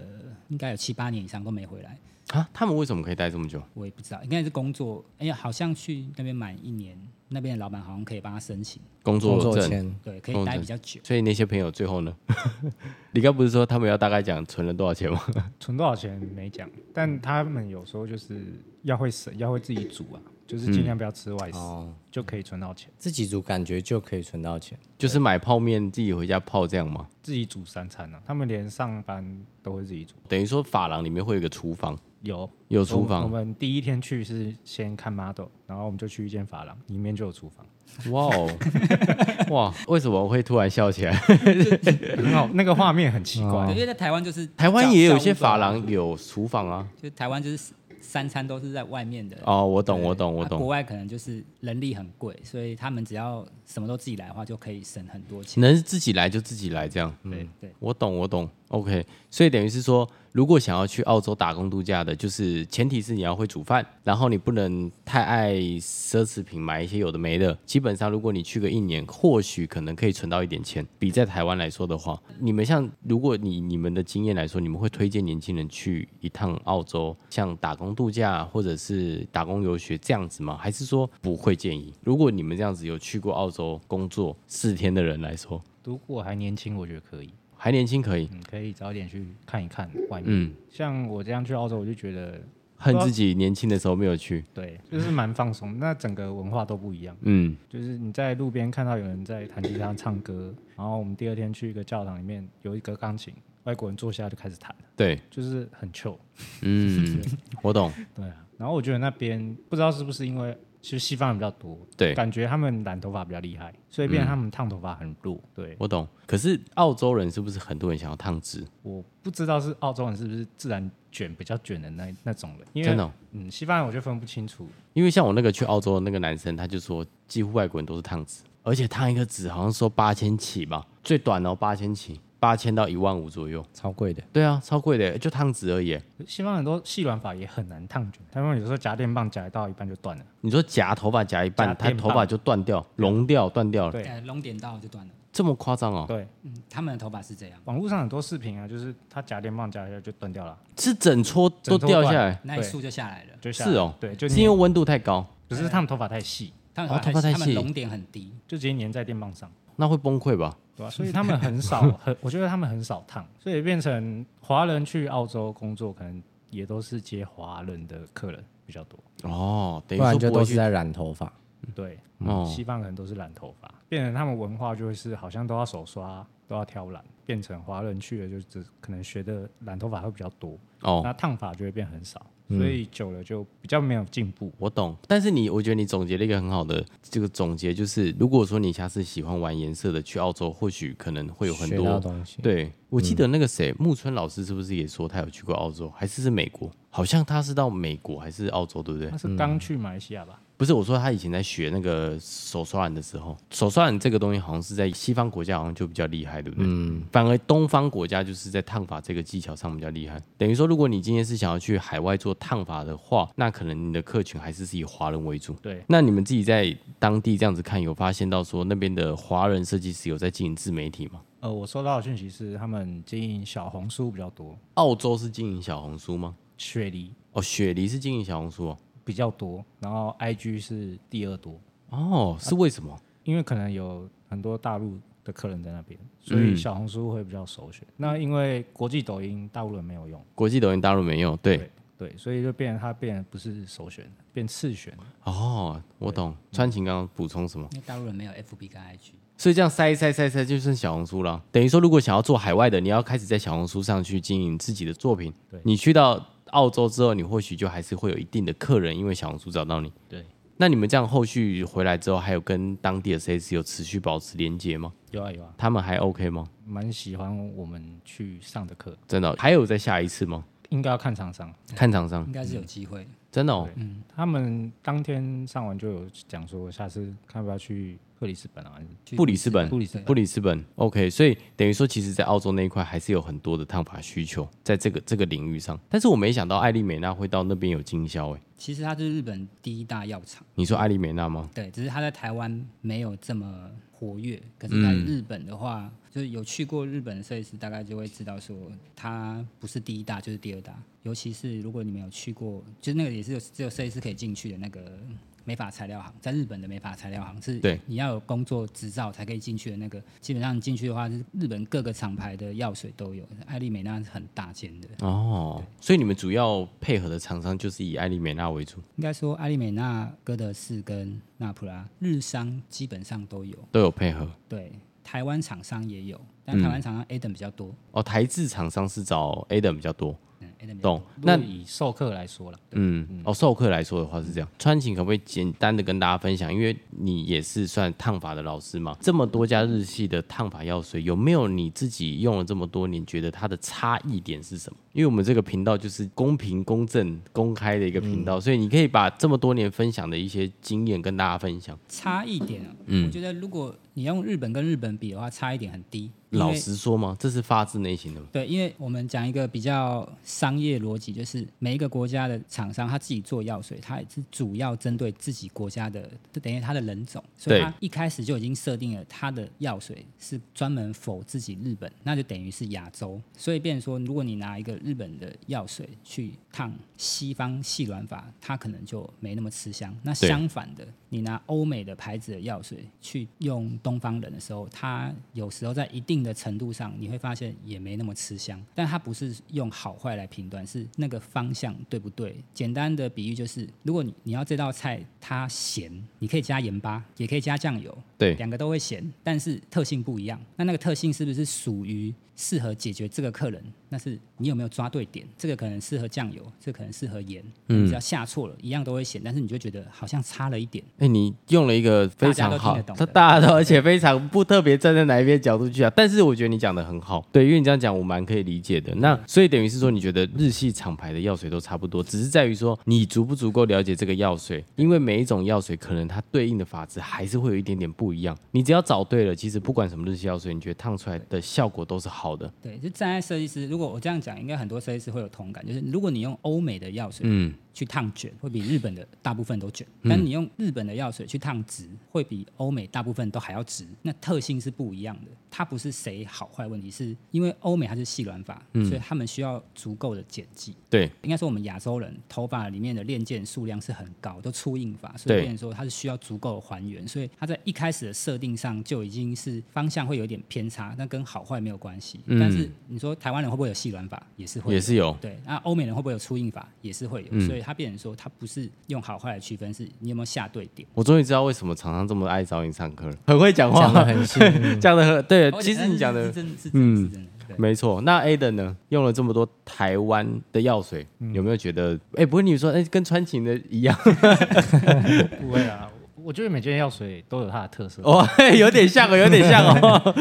应该有七八年以上都没回来，
啊，他们为什么可以待这么久？
我也不知道，应该是工作，哎呀，好像去那边满一年，那边的老板好像可以帮他申请，
工
工
作
作
证。
签
对，可
工
以
作
待
证
比较久。
所以那些朋友最后呢？ [LAUGHS] 你刚不是说他们要大概讲存了多少钱吗？ [LAUGHS]
存多少钱没讲，
嗯
但他们有时候就是要会省，要会自己煮啊，
嗯
就是尽量不要吃外食，
哦，
就可以存到钱。
自己组感觉就可以存到钱。
就是买泡面自己回家泡这样吗？
自己煮三餐啊，他们连上班都会自己煮。
等于说发廊里面会有一个厨房，
有
有厨
我我
房。
们第一天去是先看 model，然后我们就去一间发廊，里面就有厨房，
哇
[LAUGHS]
哦，哇，为什么我会突然笑起来？
很好， [LAUGHS] 那个画面很奇
对，
哦
怪
因。为在台湾就是
台湾
叫
也有一
叫
些
Uber
发廊有厨房啊。
就台湾就是三餐都是在外面的。
哦，我懂，我懂，
对
我
啊国
懂。
外可能就是人力很贵，所以他们只要什么都自己来的话，就可以省很多钱。
能自己来就自己来，这样。嗯
对对，
我懂，我懂。OK，所以等于是说，如果想要去澳洲打工度假的，就是前提是你要会煮饭，然后你不能太爱奢侈品，买一些有的没的。基本上，如果你去个一年，或许可能可以存到一点钱。比在台湾来说的话，你们像如果你你们的经验来说，你们会推荐年轻人去一趟澳洲，像打工度假或者是打工游学这样子吗？还是说不会建议？如果你们这样子有去过澳洲工作四天的人来说，
如果还年轻，我觉得可以，
还年轻可以，
嗯，可以早点去看一看外面。
嗯。
像我这样去澳洲，我就觉得啊
恨自己年轻的时候没有去。
对，就是蛮放松，那整个文化都不一样。
嗯，
就是你在路边看到有人在弹吉他唱歌，然后我们第二天去一个教堂里面有一个钢琴，外国人坐下就开始弹，
对，
就是很 chill。
嗯， [LAUGHS] 我懂。
对啊，然后我觉得那边不知道是不是因为其实西方人比较多，
对
感觉他们染头发比较厉害，所以变成他们烫头发很弱。对，
我懂，可是澳洲人是不是很多人想要烫直？
我不知道是澳洲人是不是自然卷比较卷的那那种人，因为
真的哦、
嗯，西方人我就分不清楚。
因为像我那个去澳洲的那个男生，他就说几乎外国人都是烫直，而且烫一个直好像说八千起吧，最短哦八千起，八千到一万五左右。
超贵的，
对啊，超贵的，就烫直而已。
西方很多细软发也很难烫卷，他们有时候夹电棒夹到一半就断了。
你说夹头发夹一半，
夹
他
电
头
棒
发就断掉、融掉、断掉了，
对
呃，龙点到就断了。
这么夸张哦？
对，
嗯，他们的头发是这样，
网络上很多视频啊，就是他夹电棒夹一下就断掉了，
是整撮都
整撮
掉下
断
来，
那一束就下来了。
就下
是哦
对，就是
因为温度太高，
只是他们头发太细，
他们
哦头发太
他们
细
龙点很低，
就直接粘在电棒上。
那会崩溃吧？
对吧、所以他们很少，很我觉得他们很少烫，所以变成华人去澳洲工作，可能也都是接华人的客人比较多。
哦，等
不
于说
然就
不会
都是
去
在染头发。
对，
哦
西方人都是染头发，变成他们文化就会是好像都要手刷，都要挑染，变成华人去了就只可能学的染头发会比较多，
哦，嗯
那烫发就会变很少，所以久了就比较没有进步。
我懂，但是你，我觉得你总结了一个很好的这个总结，就是如果说你下次喜欢玩颜色的，去澳洲或许可能会有很
学到
多。
东西。，
对，我记得那个谁，木村老师是不是也说他有去过澳洲，还是是美国？好像他是到美国还是澳洲，对不对嗯
那？是刚去马来西亚吧？
不是，我说他以前在学那个手刷染的时候，手刷染这个东西好像是在西方国家好像就比较厉害，对不对？嗯，反而东方国家就是在烫发这个技巧上比较厉害。等于说，如果你今天是想要去海外做烫发的话，那可能你的客群还是是以华人为主。
对，
那你们自己在当地这样子看，有发现到说那边的华人设计师有在经营自媒体吗？
呃，我收到的讯息是他们经营小红书比较多，
澳洲是经营小红书吗？
雪梨
哦，雪梨是经营小红书哦。
比较多，然后 IG 是第二多。
哦，是为什么？
因为可能有很多大陆的客人在那边，所
嗯
以小红书会比较首选。那因为国际抖音大陆人没有用，
国际抖音大陆没有，对，
对，所以就变成它变成不是首选，变次选。
哦，我懂。川晴刚刚补充什么？
因为大陆人没有 FB 跟 IG。
所以这样塞一塞塞一塞就剩小红书了。等于说，如果想要做海外的，你要开始在小红书上去经营自己的作品。
对
你去到澳洲之后，你或许就还是会有一定的客人，因为小红书找到你。
对，
那你们这样后续回来之后，还有跟当地的 CS 有持续保持连接吗？
有啊有啊，
他们还 OK 吗？
蛮喜欢我们去上的课，
真的哦、还有再下一次吗？
应该要看厂商，
看厂商
应，该是有机会。
真的哦
对。他们当天上完就有讲说，下次看要不要去克里斯本啊，
去
布里斯本，
布里斯
布里斯本，OK，所以等于说，其实，在澳洲那一块还是有很多的烫发需求，在这个这个领域上。但是我没想到艾丽美娜会到那边有经销、欸，
其实它是日本第一大药厂，
你说艾丽美娜吗？
对，只是它在台湾没有这么活跃，可是在
嗯
日本的话，就是有去过日本的设计师大概就会知道说，它不是第一大就是第二大，尤其是如果你没有去过，就是那个也是有只有设计师可以进去的那个。美发材料行在日本的美发材料行是，
对
你要有工作执照才可以进去的那个。基本上你进去的话，是日本各个厂牌的药水都有。艾丽美娜是很大间的，
哦，所以你们主要配合的厂商就是以艾丽美娜为主，
应该说艾丽美娜、哥德士跟纳普拉、日商基本上都有，
都有配合。
对，台湾厂商也有，
嗯
但台湾厂商 A 等比较多，
哦，台制厂商是找 Adam 比较多，
嗯，A 等比较
懂
多。？
那
那
以授课来说了，
嗯，哦，授课来说的话是这样。川晴可不可以简单的跟大家分享？因为你也是算烫发的老师嘛，这么多家日系的烫发药水，有没有你自己用了这么多年，觉得它的差异点是什么？因为我们这个频道就是公平、公正、公开的一个频道，所以你可以把这么多年分享的一些经验跟大家分享。
差一点啊，
嗯
我觉得如果你用日本跟日本比的话，差一点很低。因为
老实说嘛，这是发自内心的嘛。
对，因为我们讲一个比较商业逻辑，就是每一个国家的厂商他自己做药水，他也是主要针对自己国家的，就等于他的人种，所以
对
他一开始就已经设定了他的药水是专门否自己日本，那就等于是亚洲，所以变成说，如果你拿一个日本的药水去烫西方细软法，它可能就没那么吃香。那
对
相反的，你拿欧美的牌子的药水去用东方人的时候，它有时候在一定的程度上，你会发现也没那么吃香。但它不是用好坏来评断，是那个方向对不对？简单的比喻就是，如果你你要这道菜它咸，你可以加盐巴，也可以加酱油，
对，
两个都会咸，但是特性不一样。那那个特性是不是属于适合解决这个客人？那是你有没有抓对点？这个可能适合酱油，这个可能适合盐。
嗯
嗯，只要下错了，一样都会咸，但是你就觉得好像差了一点。
哎、你用了一个非常
大
好
家都听得，懂
他
的
大家都而且非常不特别站在哪一边角度去讲，啊但是我觉得你讲的很好，对，因为你这样讲我蛮可以理解的。
嗯
那所以等于是说，你觉得日系厂牌的药水都差不多，只是在于说你足不足够了解这个药水，因为每一种药水可能它对应的法质还是会有一点点不一样。你只要找对了，其实不管什么日系药水，你觉得烫出来的效果都是好的。
对，就站在设计师，如果我这样讲，应该很多设计师会有同感，就是如果你用欧美的药水
嗯，
去烫卷，会比日本的大部分都卷；但你用日本的药水去烫直，会比欧美大部分都还要直。那特性是不一样的，它不是谁好坏问题，是因为欧美它是细软法，所以他们需要足够的剪辑。
对，
应该说我们亚洲人头发里面的链腱数量是很高，都粗硬发，所以
对
变成说它是需要足够的还原，所以它在一开始的设定上就已经是方向会有一点偏差，那跟好坏没有关系。
嗯
但是你说台湾人会不会有细软发，也是会，
也是有。
对，那欧美人会不会有粗硬法，也是会有，
嗯
所以它变成说它不是用好坏来区分，是你有没有下对点。
我终于知道为什么厂商这么爱找你上课了，很会讲
讲
话
的，很细。
[LAUGHS]
嗯
讲的很对。
而且
呃其实你讲的嗯
是真是真是真的，对。
没错，那 A 的呢？用了这么多台湾的药水，有没有觉得？哎、不过你说，哎、跟川琴的一样 [LAUGHS]
不会啊，我觉得每间药水都有它的特色，
哦，嘿有点像哦，有点像 [LAUGHS] 哦。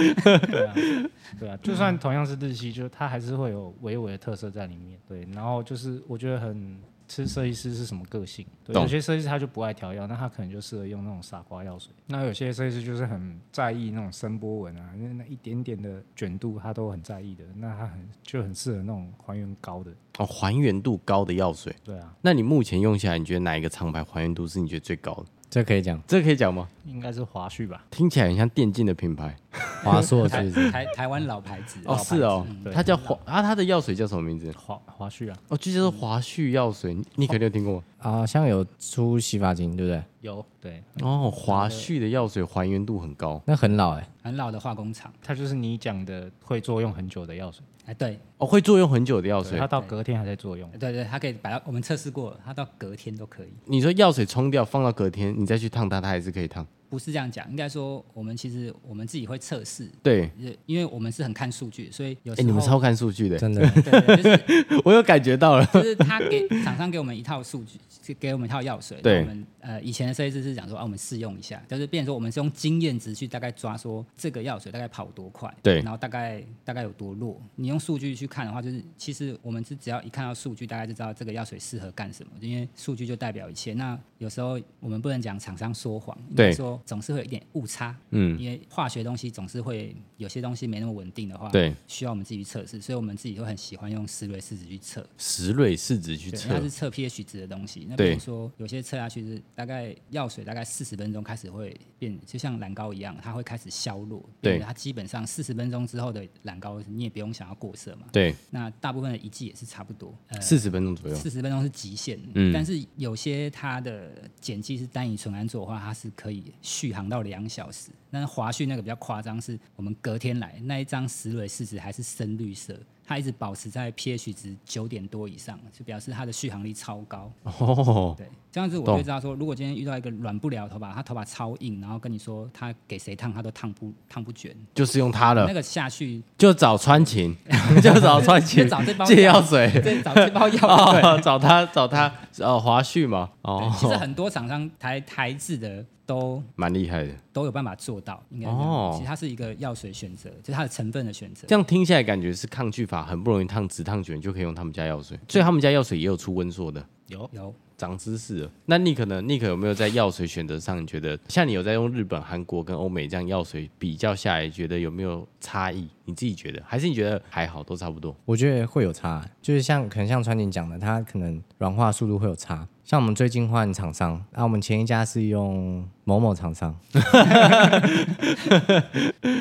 对啊，就
就算同样是日系，就是它还是会有微微的特色在里面。对，然后就是我觉得很吃设计师是什么个性。对，
懂
有些设计师他就不爱调药，那他可能就适合用那种傻瓜药水。那有些设计师就是很在意那种声波纹啊，那那一点点的卷度他都很在意的。那他很就很适合那种还原高的。
哦，还原度高的药水，
对啊，
那你目前用下来，你觉得哪一个厂牌还原度是你觉得最高的？
这可以讲
这可以讲吗？
应该是华旭吧，
听起来很像电竞的品牌
华硕是
台
不是？ [LAUGHS]
台台湾老牌子
哦，是哦，
对
它叫华啊，它的药水叫什么名字？
华华旭啊，
哦，就叫做华旭药水，你你肯定有听过吗？
好啊像有出洗发精，对不对？
有对，
哦，华旭的药水还原度很高
那很老哎、
很老的化工厂，
它就是你讲的会作用很久的药水，
哎，对
哦，会作用很久的药
对，
水
它。到隔天还在作用。
对对，它可以摆到我们测试过了，它到隔天都可以。
你说药水冲掉放到隔天，你再去烫它，它还是可以烫。
不是这样讲，应该说我们其实我们自己会测试，
对，
也因为我们是很看数据，所以有
哎、
时候、
你们超看数据的，
真的
对对，就
[LAUGHS]
是
我有感觉到了。
就是他给厂商给我们一套数据，是给我们一套药水。
对
那我们呃以前的设计师是讲说啊，我们试用一下，就是变成说我们是用经验值去大概抓说这个药水大概跑多快，
对
然后大概大概有多弱。你用数据去看的话，就是其实我们是只要一看到数据，大概就知道这个药水适合干什么，因为数据就代表一切。那有时候我们不能讲厂商说谎，应该
对
说总是会有一点误差。
嗯，
因为化学东西总是会有些东西没那么稳定的话，
对，
需要我们自己去测试，所以我们自己会很喜欢用思维试纸去测。
石蕊试纸去
对，
测
它是测 pH 值的东西。那比
对
如说，有些测下去是大概药水大概四十分钟开始会变，就像蓝膏一样，它会开始消弱。
对
变得它基本上四十分钟之后的蓝膏，你也不用想要过色嘛。
对，
那大部分的一剂也是差不多，呃，
四十分钟左右。
四十分钟是极限。
啊嗯
但是有些它的碱剂是单乙醇胺做的话，它是可以续航到两小时。但是华讯那个比较夸张，是我们隔天来那一张石蕊试纸还是深绿色。它一直保持在 pH 值九点多以上，就表示它的续航力超高。
哦，
对，这样子我
懂
就知道说，如果今天遇到一个软不了的头发，他头发超硬，然后跟你说他给谁烫他都烫不烫不卷，
就是用它了
那，个下去
就找川
[LAUGHS]
琴，就找川琴
就找这包
借
药 [LAUGHS]
药水。
再找这包
[LAUGHS]
药水。
哦，找他找他哦，华旭嘛，
对其实
哦，
很多厂商台台制的都
蛮厉害的。
都有办法做到，应该这样讲
哦
其实它是一个药水选择，就是它的成分的选择
这。样听起来感觉是抗拒法很不容易烫，直烫卷就可以用他们家药水，所以他们家药水也有出温硕的。
有有，
长知识了。那你可能，你可有没有在药水选择上，你觉得像你有在用日本、韩国跟欧美这样药水比较下来，觉得有没有差异？你自己觉得，还是你觉得还好，都差不多？
我觉得会有差，就是像可能像川景讲的，它可能软化速度会有差。像我们最近换厂商，啊，我们前一家是用某某厂商， [LAUGHS]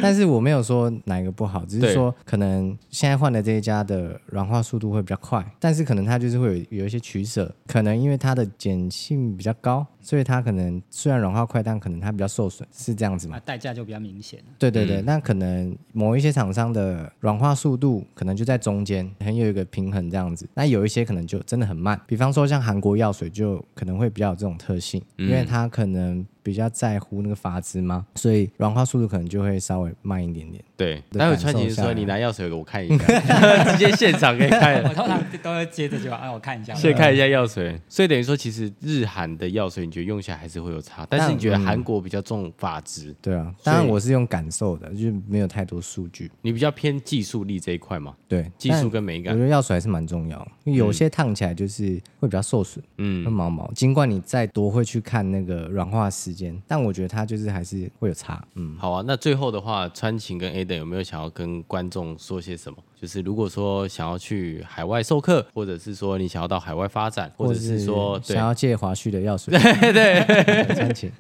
但是我没有说哪一个不好，只
对
是说可能现在换的这一家的软化速度会比较快，但是可能它就是会有有一些取舍，可能因为它的碱性比较高，所以它可能虽然软化快，但可能它比较受损，是这样子吗
那？代价就比较明显了。
对对
嗯
对，那可能某一些厂商的软化速度可能就在中间，很有一个平衡这样子。那有一些可能就真的很慢，比方说像韩国药水就可能会比较有这种特性，
嗯
因为它可能比较在乎那个发质嘛，所以软化速度可能就会稍微慢一点点。
对，
的
待会
感
川崎
受下
说
来
你拿药水给我看一下，
[LAUGHS]
直接现场给看
我通常都会接这句话，哎，我看一下。
先看一下药水，所以等于说，其实日韩的药水，你觉得用起来还是会有差，但是你觉得韩国比较重法值，
对啊，
所以
当然我是用感受的，就是没有太多数据。
你比较偏技术力这一块嘛？
对，
技术跟美
但我
感
觉，得药水还是蛮重要，因为有些烫起来就是会比较受损。
嗯
那，毛毛，尽管你再多会去看那个软化时间，但我觉得它就是还是会有差，嗯，
好啊。那最后的话，川晴跟 Aden 有没有想要跟观众说些什么？就是如果说想要去海外授课，或者是说你想要到海外发展，或者是说对
想，要借华旭的药水， [LAUGHS] 对对，专情，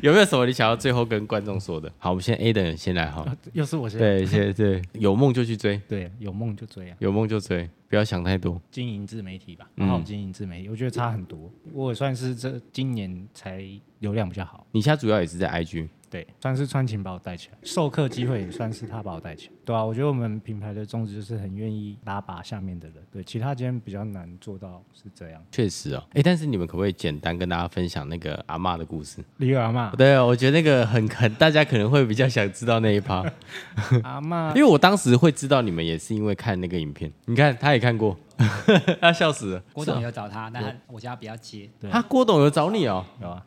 有没有什么你想要最后跟观众说的？好，我们先 Aden 先来哈。
又是我先
对，先对，有梦就去追，
对，有梦就追啊，
有梦就追，不要想太多。
经营自媒体吧，
嗯
好好经营自媒体，我觉得差很多。我也算是这今年才流量比较好，
你现在主要也是在 IG，
对，算是川琴把我带起来，授课机会也算是他把我带起来，对啊，我觉得我们品牌的宗旨就是很愿意拉拔下面的人，对，其他今天比较难做到是这样。
确实哦，哎，但是你们可不可以简单跟大家分享那个阿嬷的故事？
李尔嘛，
对，我觉得那个很很，大家可能会比较想知道那一趴，
阿妈
因 [LAUGHS] 为我当时会知道你们也是因为看那个影片。你看，他也看过， [LAUGHS] 他笑死了。
郭总有找他，但他我叫他不要接。
对
他郭董有找你哦，
有啊，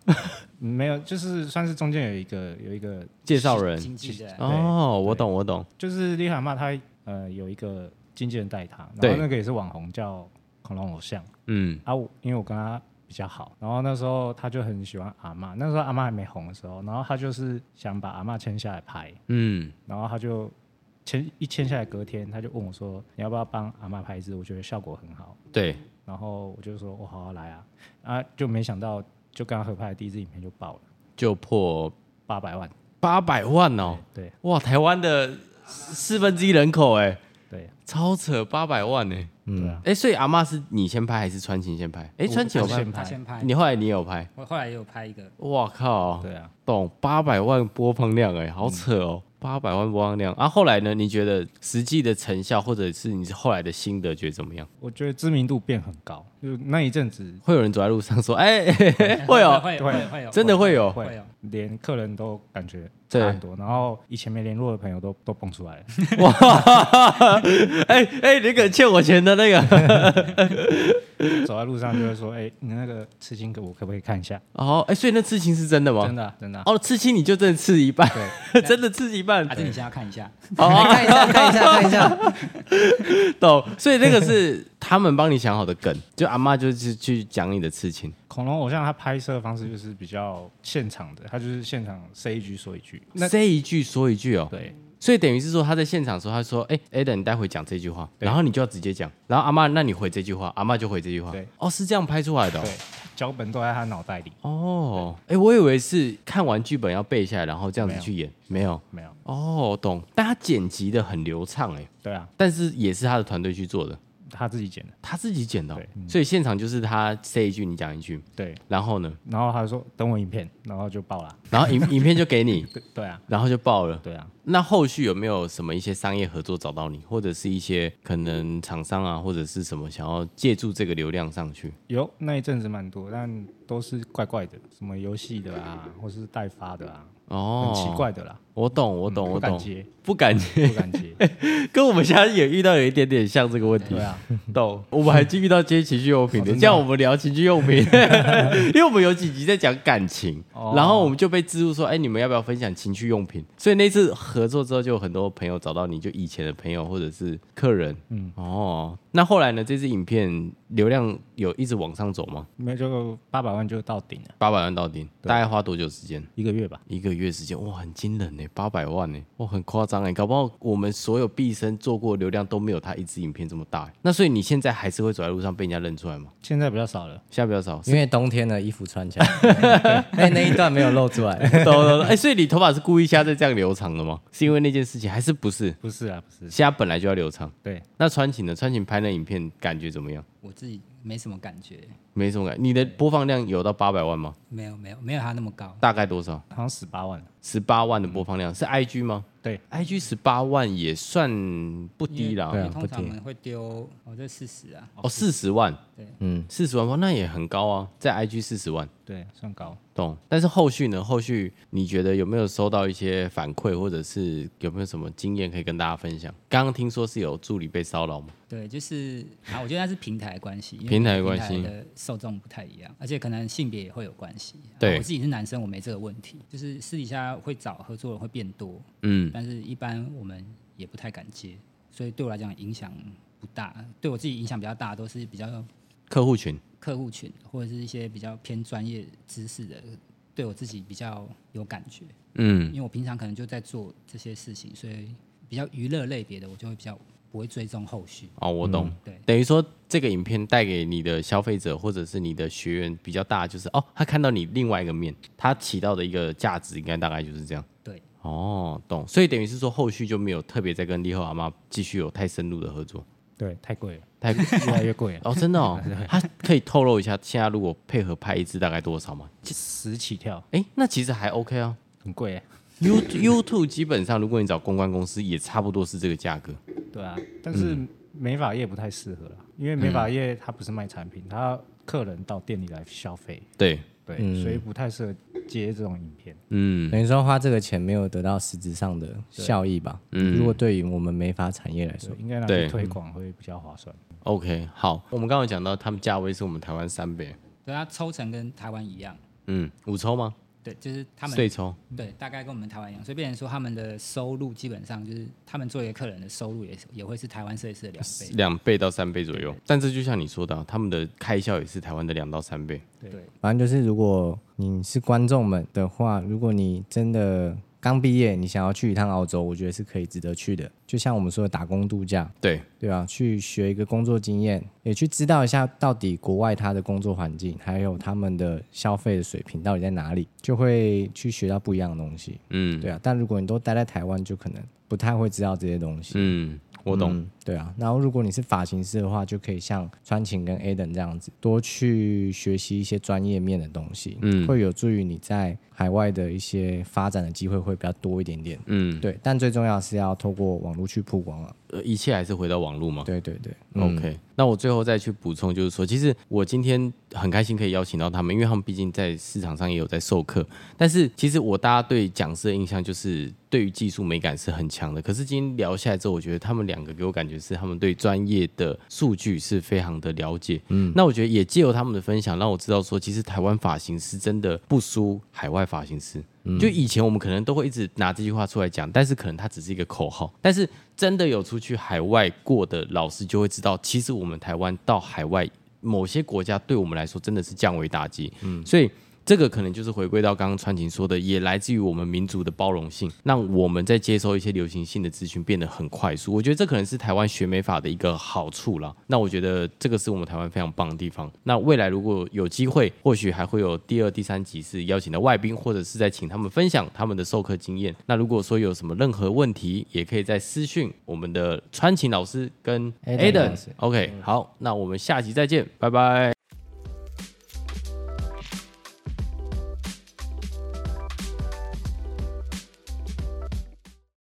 没有，就是算是中间有一个有一个，
介绍人。
经纪人
哦，我懂，我懂。
就是李尔嘛，他呃有一个经纪人带他，然
对
后那个也是网红叫恐龙偶像。
嗯，
啊，我因为我跟他比较好，然后那时候他就很喜欢阿嬷，那时候阿嬷还没红的时候，然后他就是想把阿嬷签下来拍，
嗯，
然后他就签一签下来，隔天他就问我说：“你要不要帮阿嬷拍一支？我觉得效果很好。
对，”
然后我就说：“我好好来啊！”啊，就没想到就跟他合拍的第一支影片就爆了
就破
八百万，
八百万哦，
对
哇，台湾的四分之一人口哎，
对
超扯，八百万哎，
对啊，
哎，所以阿嬷是你先拍还是川琴先拍？哎，川琴有
我
拍
先，
他
拍
先拍，
你后来你也有拍？
我后来也有拍一个，
哇靠！
对啊，
懂八百万播放量哎、好扯哦！八百万播放量啊。后来呢？你觉得实际的成效，或者是你后来的心得，觉得怎么样？
我觉得知名度变很高，就那一阵子
会有人走在路上说：“哎、嘿嘿嘿会哦，
会会会有，
真的会有。
会
会
哦
连客人都感觉
对
差很多，然后以前没联络的朋友都都蹦出来了。”
哎哎，那个欠我钱的那个，
走在路上就会说：“哎、你那个刺青给我可不可以看一下
哦，哎，所以那刺青是真的？”吗？
真的啊、真的啊、
哦，刺青你就真的刺一
[LAUGHS]
半，真的刺一半
还，是你先要看一下，
哎看一下，看一下，看
[LAUGHS]
一下。
懂？所以那个是他们帮你想好的梗，就阿妈就是去讲你的刺青。
恐龙偶像他拍摄的方式就是比较现场的，他就是现场塞一句说一句。
这一句说一句哦，
对，
所以等于是说他在现场说，他说：“哎、a d a 你待会讲这句话，然后你就要直接讲，然后阿妈，那你回这句话，阿妈就回这句话。”
对，
哦，是这样拍出来的哦、
对脚本都在他脑袋里，
哦，哎、我以为是看完剧本要背下来，然后这样子去演，没有。
没有。
哦，懂。但他剪辑的很流畅，哎，
对啊，
但是也是他的团队去做的，
他自己剪的。
他自己剪的哦、
对
所以现场就是他 say 一句，你讲一句，
对，
然后呢，
然后他说：“等我影片。”然后就爆了。
然后影影片就给你，
[LAUGHS] 对对啊，
然后就爆了。
对啊，
那后续有没有什么一些商业合作找到你，或者是一些可能厂商啊，或者是什么想要借助这个流量上去？
有那一阵子蛮多，但都是怪怪的，什么游戏的啊，或是代发的啊，
哦
很，奇，怪的啦，
我懂，哦我懂，
嗯
我
不敢
懂，
接，
不敢接，
不敢接。
[LAUGHS] 跟我们现在也遇到有一点点像这个问题。
对啊，
[LAUGHS] 懂，我们还遇到接情趣用品的，这样我们聊情趣用 [LAUGHS] 品，因为我们有几集在讲感情，然后我们就被植入说，哎，你们要不要分享情趣用品？所以那次合作之后，就有很多朋友找到你，就以前的朋友或者是客人，嗯，哦，那后来呢？这支影片流量有一直往上走吗？
没有就八百万就到顶了，
八百万到顶，大概花多久时间？
一个月吧。
一个月时间，哇，很惊人呢，八百万呢，哇，很夸张哎，搞不好我们所有毕生做过流量都没有他一支影片这么大欸。那所以你现在还是会走在路上被人家认出来吗？
现在比较少了，
现在比较少，
因为冬天的衣服穿
[LAUGHS]
起来，哎，那一段没有露出来。
懂懂 [LAUGHS] 懂。哎、所以你头发是故意现在这样留长的吗？是因为那件事情，还是不是？
不是啊，不是，
现在本来就要留长。
对，
那川琴呢？川琴拍那影片感觉怎么样？
我自己没什么感觉，
没什么感。你的播放量有到八百万吗？
没有没有没有他那么高，
大概多少？
好像十八万了。
十八万的播放
嗯
量是 IG 吗？
对
，IG 十八万也算不低
因为
啦。
对啊
通常
不
我
低
们会丢哦这四十啊，
哦，四十万，
对，
嗯，四十万哇，那也很高啊，在 IG 四十万，
对，算高。
懂。但是后续呢？后续你觉得有没有收到一些反馈，或者是有没有什么经验可以跟大家分享？刚刚听说是有助理被骚扰吗？
对，就是啊，我觉得那是平台的关系，因为
平台的
每个
关系
平台的受众不太一样，而且可能性别也会有关系。啊
对
我自己是男生，我没这个问题，就是私底下会找合作人会变多，
嗯，
但是一般我们也不太敢接，所以对我来讲影响不大。对我自己影响比较大，都是比较
客户群
客户群或者是一些比较偏专业知识的，对我自己比较有感觉，
嗯
因，为我平常可能就在做这些事情，所以比较娱乐类别的，我就会比较不会追踪后续。
哦，我懂。
对
等于说，这个影片带给你的消费者或者是你的学员比较大，就是哦，他看到你另外一个面，他起到的一个价值应该大概就是这样。
对。
哦，懂。所以等于是说，后续就没有特别再跟立后阿妈继续有太深入的合 [LAUGHS] 作。
对，太贵了，
太
[LAUGHS] 越来越贵了，
哦，真的哦，他可以透露一下，现在如果配合拍一支大概多少吗？
十起跳，
哎，那其实还 OK 啊。
很贵欸。
You [LAUGHS] YouTube 基本上，如果你找公关公司，也差不多是这个价格。
对啊，但是美发业不太适合啦，因为美发业它不是卖产品，它客人到店里来消费，
对，
对，所以不太适合接这种影片。
嗯，
等于说花这个钱没有得到实质上的效益吧？
嗯
如果对于我们美发产业来说
对，，应该拿
对
去推广会比较划算。
OK，好，我们刚刚有讲到他们价位是我们台湾三倍，
对，它抽成跟台湾一样，
嗯，五抽吗？
对，就是他们
对抽，
对大概跟我们台湾一样，所以变成说他们的收入基本上就是他们作为客人的收入也是也会是台湾设计师的两倍。
两倍到三倍左右。但这就像你说的啊，他们的开销也是台湾的两到三倍。
对，
反正就是，如果你是观众们的话，如果你真的刚毕业，你想要去一趟澳洲，我觉得是可以值得去的。就像我们说的打工度假，
对，
对吧、去学一个工作经验，也去知道一下到底国外它的工作环境，还有他们的消费的水平到底在哪里，就会去学到不一样的东西。
嗯，
对啊，但如果你都待在台湾，就可能不太会知道这些东西。
嗯，我懂。
对啊，然后如果你是发型师的话，就可以像川晴跟 Aden 这样子，多去学习一些专业面的东西，
嗯
会有助于你在海外的一些发展的机会会比较多一点点。
嗯，
对，但最重要是要透过网络去曝光啊。
呃一切还是回到网络嘛。
对对对、嗯
哦 OK，那我最后再去补充，就是说，其实我今天很开心可以邀请到他们，因为他们毕竟在市场上也有在授课。但是其实我大家对讲师的印象就是对于技术美感是很强的，可是今天聊下来之后，我觉得他们两个给我感觉是他们对专业的数据是非常的了解。嗯，那我觉得也借由他们的分享，让我知道说，其实台湾发型师真的不输海外发型师。就以前我们可能都会一直拿这句话出来讲，但是可能它只是一个口号。但是真的有出去海外过的老师就会知道，其实我们台湾到海外某些国家对我们来说真的是降维打击。嗯，所以。这个可能就是回归到刚刚川琴说的，也来自于我们民族的包容性，让我们在接收一些流行性的资讯变得很快速。我觉得这可能是台湾学美法的一个好处啦。那我觉得这个是我们台湾非常棒的地方。那未来如果有机会，或许还会有第二、第三集是邀请到外宾，或者是在请他们分享他们的授课经验。那如果说有什么任何问题，也可以在私讯我们的川琴老师跟
Adam
Adam
老师。嗯
OK，好，那我们下集再见，拜拜。